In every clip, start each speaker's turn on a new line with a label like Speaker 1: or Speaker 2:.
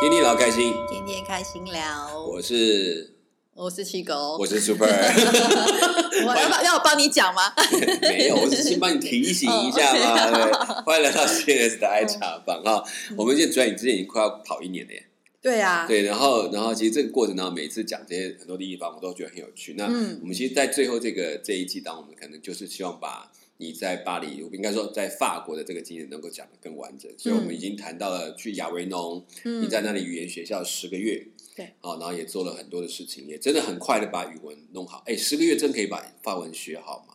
Speaker 1: 天天聊开心，
Speaker 2: 天天开心聊，
Speaker 1: 我是
Speaker 2: 我是七狗，
Speaker 1: 我是 Super，
Speaker 2: 我要帮要我帮你讲吗？
Speaker 1: 没有，我只是先帮你提醒一下嘛。对，欢迎来到 CNS 的爱茶坊哈。我们现在转眼之间已经快要跑一年了耶。
Speaker 2: 对啊，
Speaker 1: 对，然后然后其实这个过程当中，每次讲这些很多地方，我都觉得很有趣。那
Speaker 2: 嗯
Speaker 1: 我们其实，在最后这个这一季当中，我们可能就是希望把你在巴黎，应该说在法国的这个经验能够讲得更完整。所以我们已经谈到了去亚维农，
Speaker 2: 嗯
Speaker 1: 你在那里语言学校十个月，
Speaker 2: 对，
Speaker 1: 好，然后也做了很多的事情，也真的很快的把语文弄好。哎，十个月真可以把法文学好吗？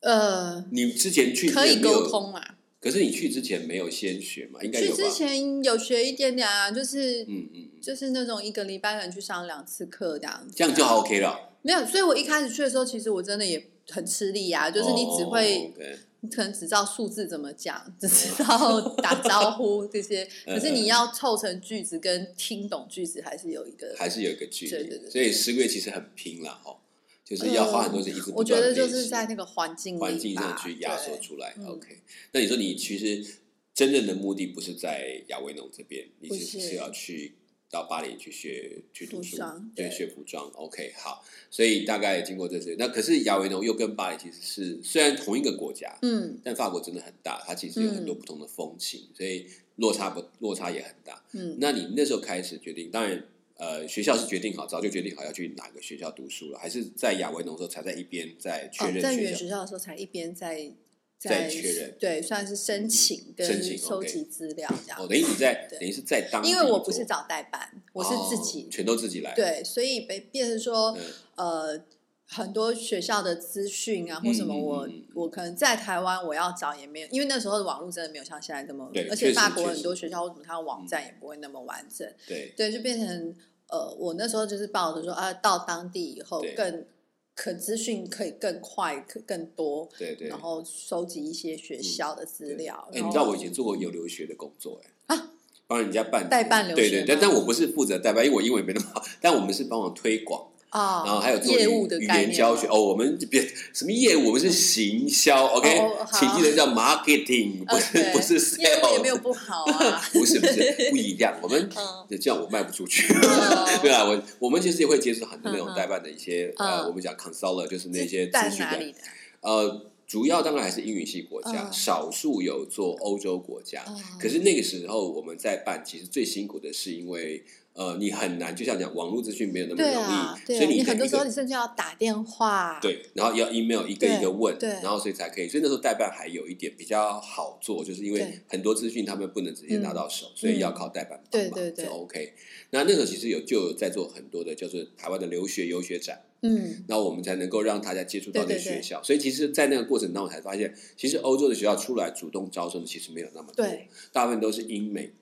Speaker 2: 呃，
Speaker 1: 你之前去
Speaker 2: 可
Speaker 1: 有
Speaker 2: 以
Speaker 1: 没有
Speaker 2: 沟，通嘛？
Speaker 1: 可是你去之前没有先学嘛？应该
Speaker 2: 去
Speaker 1: 有吧
Speaker 2: 之？前有学一点点啊，就是、
Speaker 1: 嗯嗯，嗯
Speaker 2: 就是那种一个礼拜可能去上两次课这样子，啊
Speaker 1: 这样就好 OK 了。
Speaker 2: 没有，所以我一开始去的时候，其实我真的也很吃力啊，就是你只
Speaker 1: 哦
Speaker 2: 会、
Speaker 1: ，OK
Speaker 2: 你可能只知道数字怎么讲， 只知道打招呼这些，
Speaker 1: 嗯
Speaker 2: 可是你要凑成句子跟听懂句子还是有一个。
Speaker 1: 还是有一个距离，
Speaker 2: 对对对
Speaker 1: 所以十个月其实很拼了哦，就是要花很多时间一直不
Speaker 2: 嗯我觉
Speaker 1: 断地
Speaker 2: 得就
Speaker 1: 练
Speaker 2: 是
Speaker 1: 习
Speaker 2: 在那个环境里
Speaker 1: 环境
Speaker 2: 吧
Speaker 1: 上去压缩
Speaker 2: 对
Speaker 1: 出来。
Speaker 2: 嗯
Speaker 1: OK，那你说你其实真正的目的不是在亚维农这边，你
Speaker 2: 不
Speaker 1: 是
Speaker 2: 是
Speaker 1: 是要去到巴黎去学去读书
Speaker 2: 服装，
Speaker 1: 对，
Speaker 2: 对
Speaker 1: 学服装。OK，好，所以大概经过这些，那可是亚维农又跟巴黎其实是虽然同一个国家，
Speaker 2: 嗯
Speaker 1: 但法国真的很大，它其实有很多
Speaker 2: 嗯
Speaker 1: 不同的风情，所以落差不落差也很大。
Speaker 2: 嗯，
Speaker 1: 那你那时候开始决定，当然，呃，学校是决定好，早就决定好要去哪个学校读书了，还是在亚维农的时候才在一边在确
Speaker 2: 哦
Speaker 1: 认，
Speaker 2: 在语
Speaker 1: 学
Speaker 2: 言
Speaker 1: 校？
Speaker 2: 学校的时候才一边在
Speaker 1: 在确认嗯
Speaker 2: 对，算是申请
Speaker 1: 申请，OK
Speaker 2: 跟收集资料这样。
Speaker 1: 哦，等于你在，
Speaker 2: 对
Speaker 1: 等于是在当地
Speaker 2: 因
Speaker 1: 做，
Speaker 2: 为我不是找代办，我是自
Speaker 1: 哦
Speaker 2: 己、
Speaker 1: 全都自己来，，
Speaker 2: 对，所以被变成说
Speaker 1: 嗯，
Speaker 2: 呃。很多学校的资讯啊，或什么
Speaker 1: 嗯嗯
Speaker 2: 我，我、
Speaker 1: 嗯嗯
Speaker 2: 可能在台湾我要找也没有，因为那时候的网络真的没有像现在这么
Speaker 1: 对，
Speaker 2: 而
Speaker 1: 确
Speaker 2: 且
Speaker 1: 实
Speaker 2: 法国
Speaker 1: 确
Speaker 2: 很
Speaker 1: 实嗯
Speaker 2: 多学校为什么它的网站也不会那么完整，
Speaker 1: 对，
Speaker 2: 对，就变成呃，我那时候就是抱着说啊，到当地以后
Speaker 1: 对
Speaker 2: 更可资讯可以更快、可更多，
Speaker 1: 对对。嗯
Speaker 2: 然后收集一些学校的资
Speaker 1: 对
Speaker 2: 料。
Speaker 1: 哎，
Speaker 2: 然
Speaker 1: 你知道
Speaker 2: 后啊
Speaker 1: 我以前做过有留学的工作，哎，帮人家办
Speaker 2: 代办留
Speaker 1: 对
Speaker 2: 学
Speaker 1: 对，
Speaker 2: 吗
Speaker 1: 但但我不是负责代办，因为我英文没那么好，但我们是帮忙推广。
Speaker 2: 啊，
Speaker 1: 然后还有做
Speaker 2: 业
Speaker 1: 语
Speaker 2: 务的
Speaker 1: 语
Speaker 2: 概
Speaker 1: 言
Speaker 2: 念
Speaker 1: 教
Speaker 2: 吗
Speaker 1: 学哦，我们别什么业务，我们是行销，OK，
Speaker 2: 哦好
Speaker 1: 请记得叫 marketing，不是、
Speaker 2: 呃
Speaker 1: 不是
Speaker 2: 对业务也没
Speaker 1: sales，，
Speaker 2: 有不好啊
Speaker 1: 不是不是不一样，我们
Speaker 2: 嗯，
Speaker 1: 这样我卖不出去，
Speaker 2: 哦
Speaker 1: 对啊，我我们其实也会接触很多那
Speaker 2: 嗯
Speaker 1: 种
Speaker 2: 嗯
Speaker 1: 代办的一些、呃，
Speaker 2: 嗯
Speaker 1: 我们讲 consular 就是那
Speaker 2: 是
Speaker 1: 些
Speaker 2: 在
Speaker 1: 资讯
Speaker 2: 哪
Speaker 1: 的，
Speaker 2: 里的？
Speaker 1: 呃，主要当然还是英语系国家，
Speaker 2: 嗯
Speaker 1: 少数有做欧洲国家，
Speaker 2: 哦
Speaker 1: 可是那个时候我们在办，其实最辛苦的是因为。呃，你很难，就像讲网络资讯没有那么容
Speaker 2: 对
Speaker 1: 易，
Speaker 2: 啊，对
Speaker 1: 所
Speaker 2: 啊，
Speaker 1: 以
Speaker 2: 你
Speaker 1: 的
Speaker 2: 很多
Speaker 1: 一
Speaker 2: 时
Speaker 1: 个
Speaker 2: 候你甚至要打电话，，
Speaker 1: 对，然后要 email 一个
Speaker 2: 对
Speaker 1: 一个问，
Speaker 2: 对
Speaker 1: 然后所以才可以。所以那时候代办还有一点比较好做，就是因为
Speaker 2: 对嗯
Speaker 1: 很多资讯他们不能直接拿到手，所以要靠代办帮
Speaker 2: 对
Speaker 1: 忙，
Speaker 2: 对对
Speaker 1: 就 OK。那那时候其实有就有在做很多的，就是台湾的留学游学展，
Speaker 2: 嗯，
Speaker 1: 那我们才能够让大家接触到那
Speaker 2: 对
Speaker 1: 个
Speaker 2: 对
Speaker 1: 学
Speaker 2: 对
Speaker 1: 校。所以其实，在那个过程当中，我才发现，其实欧洲的学校出来主动招生的其实没有那么多
Speaker 2: 对，
Speaker 1: 大部分都是英美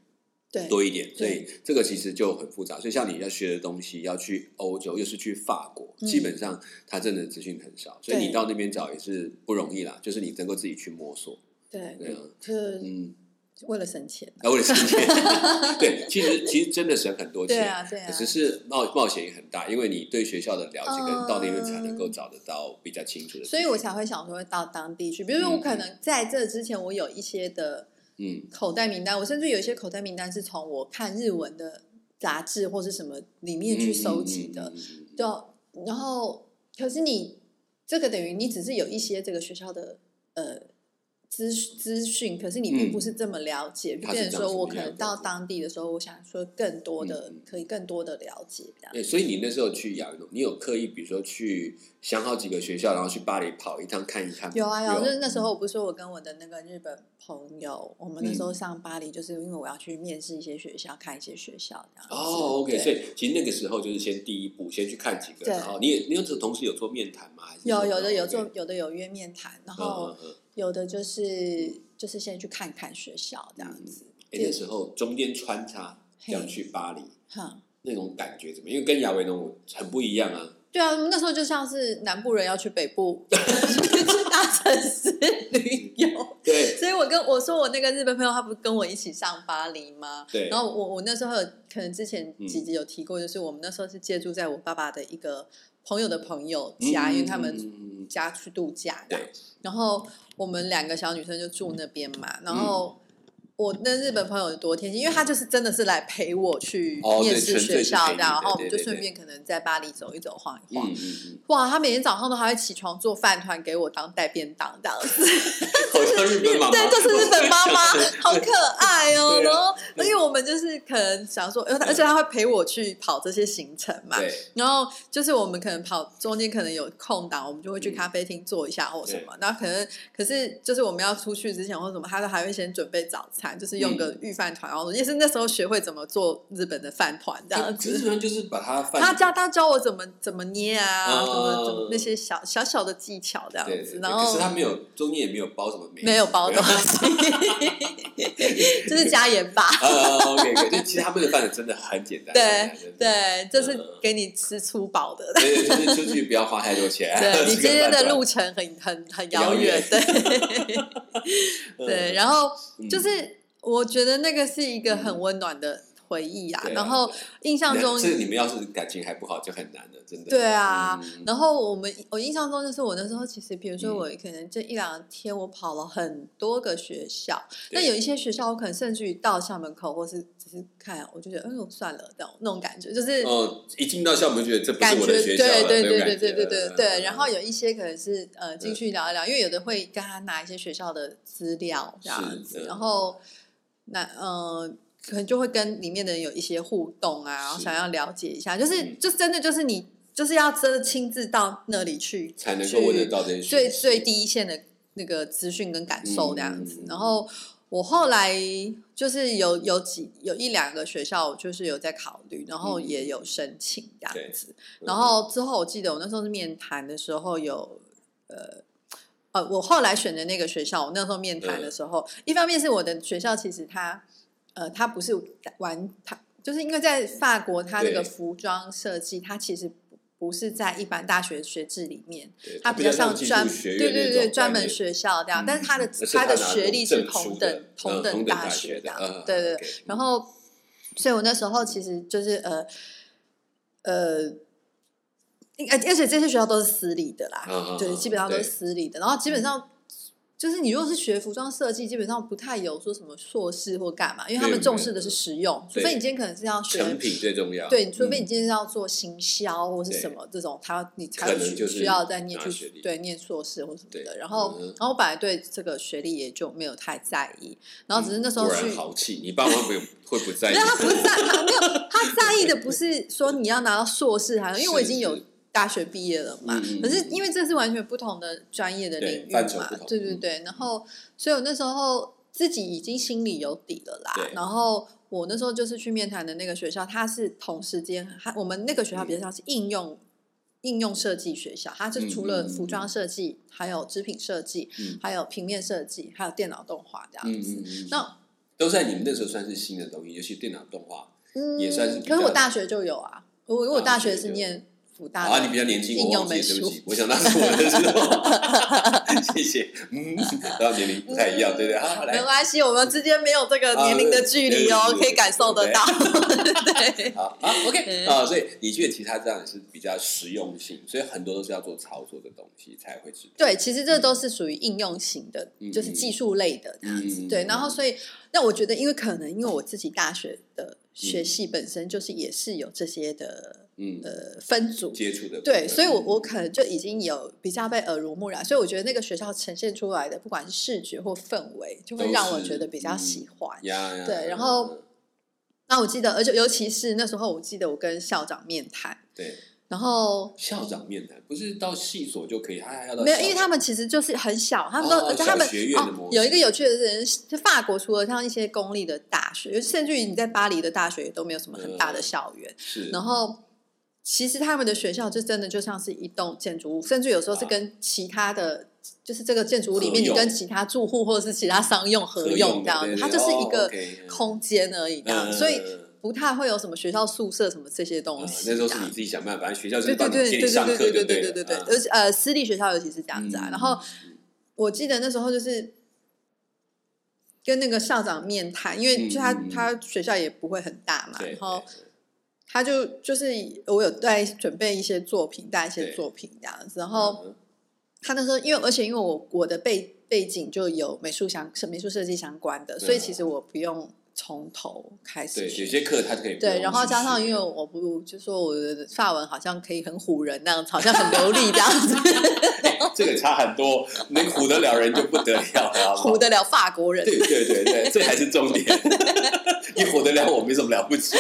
Speaker 2: 对，
Speaker 1: 多一点，所以
Speaker 2: 对
Speaker 1: 这个其实就很复杂。所以像你要学的东西，要去欧洲，又是去法国，
Speaker 2: 嗯
Speaker 1: 基本上它真的资讯很少，所以
Speaker 2: 对
Speaker 1: 你到那边找也是不容易啦。就是你能够自己去摸索，
Speaker 2: 对，
Speaker 1: 对啊，
Speaker 2: 就是
Speaker 1: 嗯，啊
Speaker 2: 为了省钱，
Speaker 1: 那为了省 钱，对，其实其实真的省很多
Speaker 2: 对
Speaker 1: 钱，
Speaker 2: 啊，对啊
Speaker 1: 可，是是冒冒险也很大，因为你对学校的了解，
Speaker 2: 嗯
Speaker 1: 跟到那边才能够找得到比较清楚的资
Speaker 2: 所
Speaker 1: 讯，
Speaker 2: 以我才会想说会到当地去。比如说，
Speaker 1: 嗯
Speaker 2: 我可能在这之前，我有一些的
Speaker 1: 嗯
Speaker 2: 口袋名单，我甚至有一些口袋名单是从我看日文的杂志或是什么里面去收集的。
Speaker 1: 嗯嗯嗯嗯
Speaker 2: 对，然后可是你这个等于你只是有一些这个学校的呃资资讯，可是你
Speaker 1: 嗯
Speaker 2: 并不是这么了解，就
Speaker 1: 它是
Speaker 2: 变成
Speaker 1: 长
Speaker 2: 说
Speaker 1: 什么
Speaker 2: 我可
Speaker 1: 样
Speaker 2: 能
Speaker 1: 子
Speaker 2: 到当地的时候，我想说更多的
Speaker 1: 嗯嗯
Speaker 2: 可以更多的了解这样。
Speaker 1: 对，所以你那时候去亚运动，你有刻意比如说去想好几个学校，然后去巴黎跑一趟看一看吗？
Speaker 2: 有啊有，
Speaker 1: 有嗯
Speaker 2: 就是那时候我不是说我跟我的那个日本朋友，我们那
Speaker 1: 嗯
Speaker 2: 时候上巴黎，就是因为我要去面试一些学校，看一些学校这样子。
Speaker 1: 哦，OK，
Speaker 2: 对
Speaker 1: 所以其实那个时候就是先第一步，先去看几个，
Speaker 2: 对
Speaker 1: 然后你也你有同时有做面谈吗？还是
Speaker 2: 有有的有
Speaker 1: 做
Speaker 2: 做，有的有约面谈，然
Speaker 1: 嗯嗯
Speaker 2: 后
Speaker 1: 嗯。
Speaker 2: 有的就是就是先去看看学校这样子。
Speaker 1: 哎，那时候中间穿插这
Speaker 2: 嘿
Speaker 1: 样去巴黎，
Speaker 2: 哼，
Speaker 1: 那种感觉怎么样？因为跟亚维农很不一样啊。
Speaker 2: 对啊，那时候就像是南部人要去北部 去大城市旅游，
Speaker 1: 对
Speaker 2: 所以我跟我说我那个日本朋友，他不是跟我一起上巴黎吗？
Speaker 1: 对，
Speaker 2: 然后我我那时候有可能之前几集有提过，就是我们那时候是借住在我爸爸的一个朋友的朋友
Speaker 1: 嗯
Speaker 2: 家，因为他们
Speaker 1: 们
Speaker 2: 家去度假这样
Speaker 1: 对嗯
Speaker 2: 然后我们两个小女生就住那边嘛，然后。我那日本朋友有多贴心，因为他就是真的是来陪我去
Speaker 1: 哦
Speaker 2: 面
Speaker 1: 对
Speaker 2: 试
Speaker 1: 纯粹
Speaker 2: 学
Speaker 1: 是
Speaker 2: 校
Speaker 1: 陪
Speaker 2: 这
Speaker 1: 你
Speaker 2: 样，然
Speaker 1: 对
Speaker 2: 后我
Speaker 1: 对
Speaker 2: 们就
Speaker 1: 对
Speaker 2: 顺
Speaker 1: 对
Speaker 2: 便可能在巴黎走一走、晃一晃。
Speaker 1: 嗯嗯，
Speaker 2: 哇，他每天早上都还会起床做饭团给我当带便当这样子，
Speaker 1: 好像日本妈妈，
Speaker 2: 对，就是日本 妈妈，好可爱哦、
Speaker 1: 哦对啊嗯
Speaker 2: 然后，因为我们就是可能想说，呃而且他会陪我去跑这些行程嘛，
Speaker 1: 对，
Speaker 2: 然后就是我们可能跑中间可能有空档，我们就会
Speaker 1: 嗯
Speaker 2: 去咖啡厅坐一下或什么。然后可能可是就是我们要出去之前或什么，他都还会先准备早餐，就是用个
Speaker 1: 嗯
Speaker 2: 预饭团，然啊后也是那时候学会怎么做日本的饭团这样
Speaker 1: 可是日
Speaker 2: 子。
Speaker 1: 本就是把它放
Speaker 2: 他教他教我怎么怎么捏啊，
Speaker 1: 嗯
Speaker 2: 什么怎么那些小小小的技巧这样
Speaker 1: 对，
Speaker 2: 子
Speaker 1: 对，
Speaker 2: 然
Speaker 1: 对可
Speaker 2: 后
Speaker 1: 是他没有中间也没有包什么梅子，
Speaker 2: 没有包
Speaker 1: 对
Speaker 2: 东西，就是加盐巴。
Speaker 1: 呃，OK，可是其实他们的饭真的很简单，
Speaker 2: 对
Speaker 1: 对
Speaker 2: 对，就是
Speaker 1: 嗯
Speaker 2: 给你吃粗饱 的。
Speaker 1: 对对，就是出去不要花太多钱。
Speaker 2: 对你
Speaker 1: 吃
Speaker 2: 今
Speaker 1: 个
Speaker 2: 天
Speaker 1: 饭
Speaker 2: 的
Speaker 1: 团
Speaker 2: 路程很很很
Speaker 1: 遥
Speaker 2: 遥远
Speaker 1: 远，
Speaker 2: 对
Speaker 1: 嗯
Speaker 2: 对。然后就是我觉得那个是一个很
Speaker 1: 嗯
Speaker 2: 温暖的回忆啊
Speaker 1: 对。啊
Speaker 2: 然后印象中
Speaker 1: 是你们要是感情还不好，就很难了，真的。
Speaker 2: 对啊
Speaker 1: 嗯
Speaker 2: 然后我们我印象中就是我那时候其实，比如说
Speaker 1: 嗯
Speaker 2: 我可能这一两天我跑了很多个学校，那
Speaker 1: 对
Speaker 2: 有一些学校我可能甚至于到校门口或是只是看，我就觉得嗯算了这种那种感觉，就是
Speaker 1: 哦，一进到校门觉得这不
Speaker 2: 感
Speaker 1: 是
Speaker 2: 觉
Speaker 1: 我的学校
Speaker 2: 对
Speaker 1: 了，那种
Speaker 2: 对对对
Speaker 1: 感
Speaker 2: 对
Speaker 1: 觉
Speaker 2: 对对对，然后有一些可能是呃进
Speaker 1: 嗯
Speaker 2: 去聊一聊，因为有的会跟他拿一些学校的资料这样
Speaker 1: 是
Speaker 2: 子，
Speaker 1: 嗯
Speaker 2: 然后那呃可能就会跟里面的人有一些互动啊，然后
Speaker 1: 是
Speaker 2: 想要了解一下，就是
Speaker 1: 嗯
Speaker 2: 就真的就是你就是要真的亲自到那里去，
Speaker 1: 才能够问得到这些
Speaker 2: 最
Speaker 1: 讯息
Speaker 2: 最第一线的那个资讯跟感受这样子。
Speaker 1: 嗯
Speaker 2: 然后我后来就是有有几有一两个学校，我就是有在考虑，然后
Speaker 1: 嗯
Speaker 2: 也有申请这样子。
Speaker 1: 嗯
Speaker 2: 然后之后我记得我那时候是面谈的时候有呃。呃，我后来选的那个学校，我那时候面谈的时候，一方面是我的学校其实它，呃，它不是玩它，就是因为在法国，它那
Speaker 1: 对
Speaker 2: 个服装设计，它其实不不是在一般大学学制里面，
Speaker 1: 对
Speaker 2: 他比较像
Speaker 1: 技
Speaker 2: 专
Speaker 1: 术学院
Speaker 2: 对对
Speaker 1: 那
Speaker 2: 对
Speaker 1: 种
Speaker 2: 专门
Speaker 1: 概念
Speaker 2: 学校这
Speaker 1: 嗯
Speaker 2: 样，但是他的
Speaker 1: 而且
Speaker 2: 他的
Speaker 1: 拿那
Speaker 2: 学
Speaker 1: 种
Speaker 2: 历是
Speaker 1: 证
Speaker 2: 同
Speaker 1: 书
Speaker 2: 等
Speaker 1: 的
Speaker 2: 同
Speaker 1: 嗯等
Speaker 2: 大
Speaker 1: 学
Speaker 2: 这样，
Speaker 1: 嗯
Speaker 2: 对对。
Speaker 1: 嗯
Speaker 2: 对
Speaker 1: OK，
Speaker 2: 然后，所以我那时候其实就是呃呃。而而且这些学校都是私立的啦，
Speaker 1: 嗯嗯
Speaker 2: 对，
Speaker 1: 嗯
Speaker 2: 基本上都是
Speaker 1: 对嗯
Speaker 2: 私立的。然后基本上就是你如果是学服装设计，基本上不太有说什么硕士或干嘛，因为他
Speaker 1: 对
Speaker 2: 们重
Speaker 1: 没有
Speaker 2: 视的是实用，除
Speaker 1: 对
Speaker 2: 非你今天可能是要学
Speaker 1: 成品最重要。
Speaker 2: 对，除
Speaker 1: 嗯
Speaker 2: 非你今天要做行销或是
Speaker 1: 对
Speaker 2: 什么这种，他你才
Speaker 1: 可
Speaker 2: 会
Speaker 1: 能
Speaker 2: 需
Speaker 1: 就是
Speaker 2: 需要再念
Speaker 1: 拿学
Speaker 2: 去
Speaker 1: 历
Speaker 2: 对念硕士或什么
Speaker 1: 对
Speaker 2: 的。然后，
Speaker 1: 嗯哼
Speaker 2: 然后我本来对这个学历也就没有太在意，然后只是那时候
Speaker 1: 果
Speaker 2: 去
Speaker 1: 然，豪气，你爸妈会会不在意
Speaker 2: 没有他不在他 没有他在意的不是说你要拿到硕士还是，因为我已
Speaker 1: 是
Speaker 2: 经有
Speaker 1: 是
Speaker 2: 大学毕业了嘛
Speaker 1: 嗯嗯，
Speaker 2: 可是
Speaker 1: 嗯
Speaker 2: 因为这是完全不同的专业的
Speaker 1: 对
Speaker 2: 领域
Speaker 1: 范畴
Speaker 2: 嘛
Speaker 1: 不，同
Speaker 2: 对对
Speaker 1: 嗯
Speaker 2: 对，然后所以我那时候自己已经心里有底了啦
Speaker 1: 对，
Speaker 2: 然后。我那时候就是去面谈的那个学校，它是同时间，它我们那个
Speaker 1: 嗯
Speaker 2: 学校比较像是应用、应用设计学校，它是除了
Speaker 1: 嗯嗯嗯
Speaker 2: 服装设计，还有织品设计，
Speaker 1: 嗯
Speaker 2: 还有平面设计，还有电脑动画这样
Speaker 1: 嗯
Speaker 2: 子。
Speaker 1: 嗯嗯，
Speaker 2: 那
Speaker 1: 都在你们那时候算是新的东西，尤其电脑动画
Speaker 2: 嗯，
Speaker 1: 也算是比
Speaker 2: 可是
Speaker 1: 较
Speaker 2: 我大学就有啊，我我我
Speaker 1: 大
Speaker 2: 大
Speaker 1: 学
Speaker 2: 学是
Speaker 1: 就
Speaker 2: 念福大的
Speaker 1: 啊，你比较年轻，
Speaker 2: 应
Speaker 1: 我忘
Speaker 2: 用
Speaker 1: 记
Speaker 2: 美
Speaker 1: 了，对不
Speaker 2: 术
Speaker 1: 起，我想那是我的时候，谢谢，嗯，然后年龄不太一样，对不对？啊，
Speaker 2: 没
Speaker 1: 来，
Speaker 2: 关系，我们之间没有这个年龄的距离
Speaker 1: 啊
Speaker 2: 哦，
Speaker 1: 对
Speaker 2: 可以感受得到。 对，
Speaker 1: 好，好，OK，
Speaker 2: 嗯
Speaker 1: 啊，所以你觉得其他这样也是比较实用性，所以很多都是要做操作的东西才会知道。
Speaker 2: 对，其实这都是属于应用型的，
Speaker 1: 嗯
Speaker 2: 就是技术类的这样子。
Speaker 1: 嗯
Speaker 2: 对，然后所以，那我觉得，因为可能因为我自己大学的学系本身就是也是有这些的
Speaker 1: 嗯，
Speaker 2: 呃分组，
Speaker 1: 接触的部分
Speaker 2: 对，所以我我可能就已经有比较被耳濡目染，所以我觉得那个学校呈现出来的，不管是视觉或氛围，就会
Speaker 1: 都
Speaker 2: 让我
Speaker 1: 是
Speaker 2: 觉得比较
Speaker 1: 嗯
Speaker 2: 喜欢。
Speaker 1: 呀呀，
Speaker 2: 对然后
Speaker 1: 嗯
Speaker 2: 那我记得，而且尤其是那时候，我记得我跟校长面谈，
Speaker 1: 对
Speaker 2: 然后
Speaker 1: 校长面谈不是到系所就可以，他还要到
Speaker 2: 没有，
Speaker 1: 呃校
Speaker 2: 因为
Speaker 1: 长
Speaker 2: 他们其实就是很小，他们都、
Speaker 1: 哦
Speaker 2: 而且他们
Speaker 1: 小学院的模式
Speaker 2: 有一个有趣的人，就法国除了像一些公立的大学，甚至于你在巴黎的大学也都没有什么很大的校园，
Speaker 1: 是，
Speaker 2: 然后。其实他们的学校就真的就像是一栋建筑物，甚至有时候是跟其他的，就是这个建筑物里面，
Speaker 1: 合
Speaker 2: 你
Speaker 1: 用
Speaker 2: 跟其他住户或者是其他商用合
Speaker 1: 合
Speaker 2: 用
Speaker 1: 用
Speaker 2: 这样
Speaker 1: 的
Speaker 2: 子，
Speaker 1: 对
Speaker 2: 它
Speaker 1: 对
Speaker 2: 就是一
Speaker 1: 哦
Speaker 2: 个
Speaker 1: ，OK，嗯
Speaker 2: 空间而已这样，
Speaker 1: 嗯
Speaker 2: 所以
Speaker 1: 嗯嗯
Speaker 2: 不太会有什么学校宿舍什么这些
Speaker 1: 啊
Speaker 2: 东西这
Speaker 1: 那
Speaker 2: 样。
Speaker 1: 时候是你自己想办法，反正学校就
Speaker 2: 对
Speaker 1: 是
Speaker 2: 对
Speaker 1: 帮
Speaker 2: 对
Speaker 1: 你
Speaker 2: 对
Speaker 1: 建
Speaker 2: 对
Speaker 1: 议上
Speaker 2: 对
Speaker 1: 课，
Speaker 2: 对
Speaker 1: 不对
Speaker 2: 对对对，
Speaker 1: 啊
Speaker 2: 而且呃，私立学校尤其是这样子啊。
Speaker 1: 嗯
Speaker 2: 然后我记得那时候就是跟那个校长面谈，因为就他、
Speaker 1: 嗯嗯嗯
Speaker 2: 他学校也不会很大嘛，
Speaker 1: 对
Speaker 2: 然后他就就是我有在准备一些作品，带一些
Speaker 1: 对嗯
Speaker 2: 作品这样子，
Speaker 1: 然
Speaker 2: 然后。他那时候，因为而且因为我我的背背景就有美术相、美术设计相关的，所以其实我不用从头开
Speaker 1: 嗯
Speaker 2: 始
Speaker 1: 对，
Speaker 2: 学
Speaker 1: 有些课它就可以不用
Speaker 2: 对，然后
Speaker 1: 去
Speaker 2: 加上
Speaker 1: 学嗯
Speaker 2: 因为我不就说我的法文好像可以很唬人那样子，好像很流利这样 子，
Speaker 1: 这个差很多，能唬得了人就不得了了，好不好
Speaker 2: 唬得了法国人。
Speaker 1: 对对对对，这才是重 点。你唬得了我没什么了不起。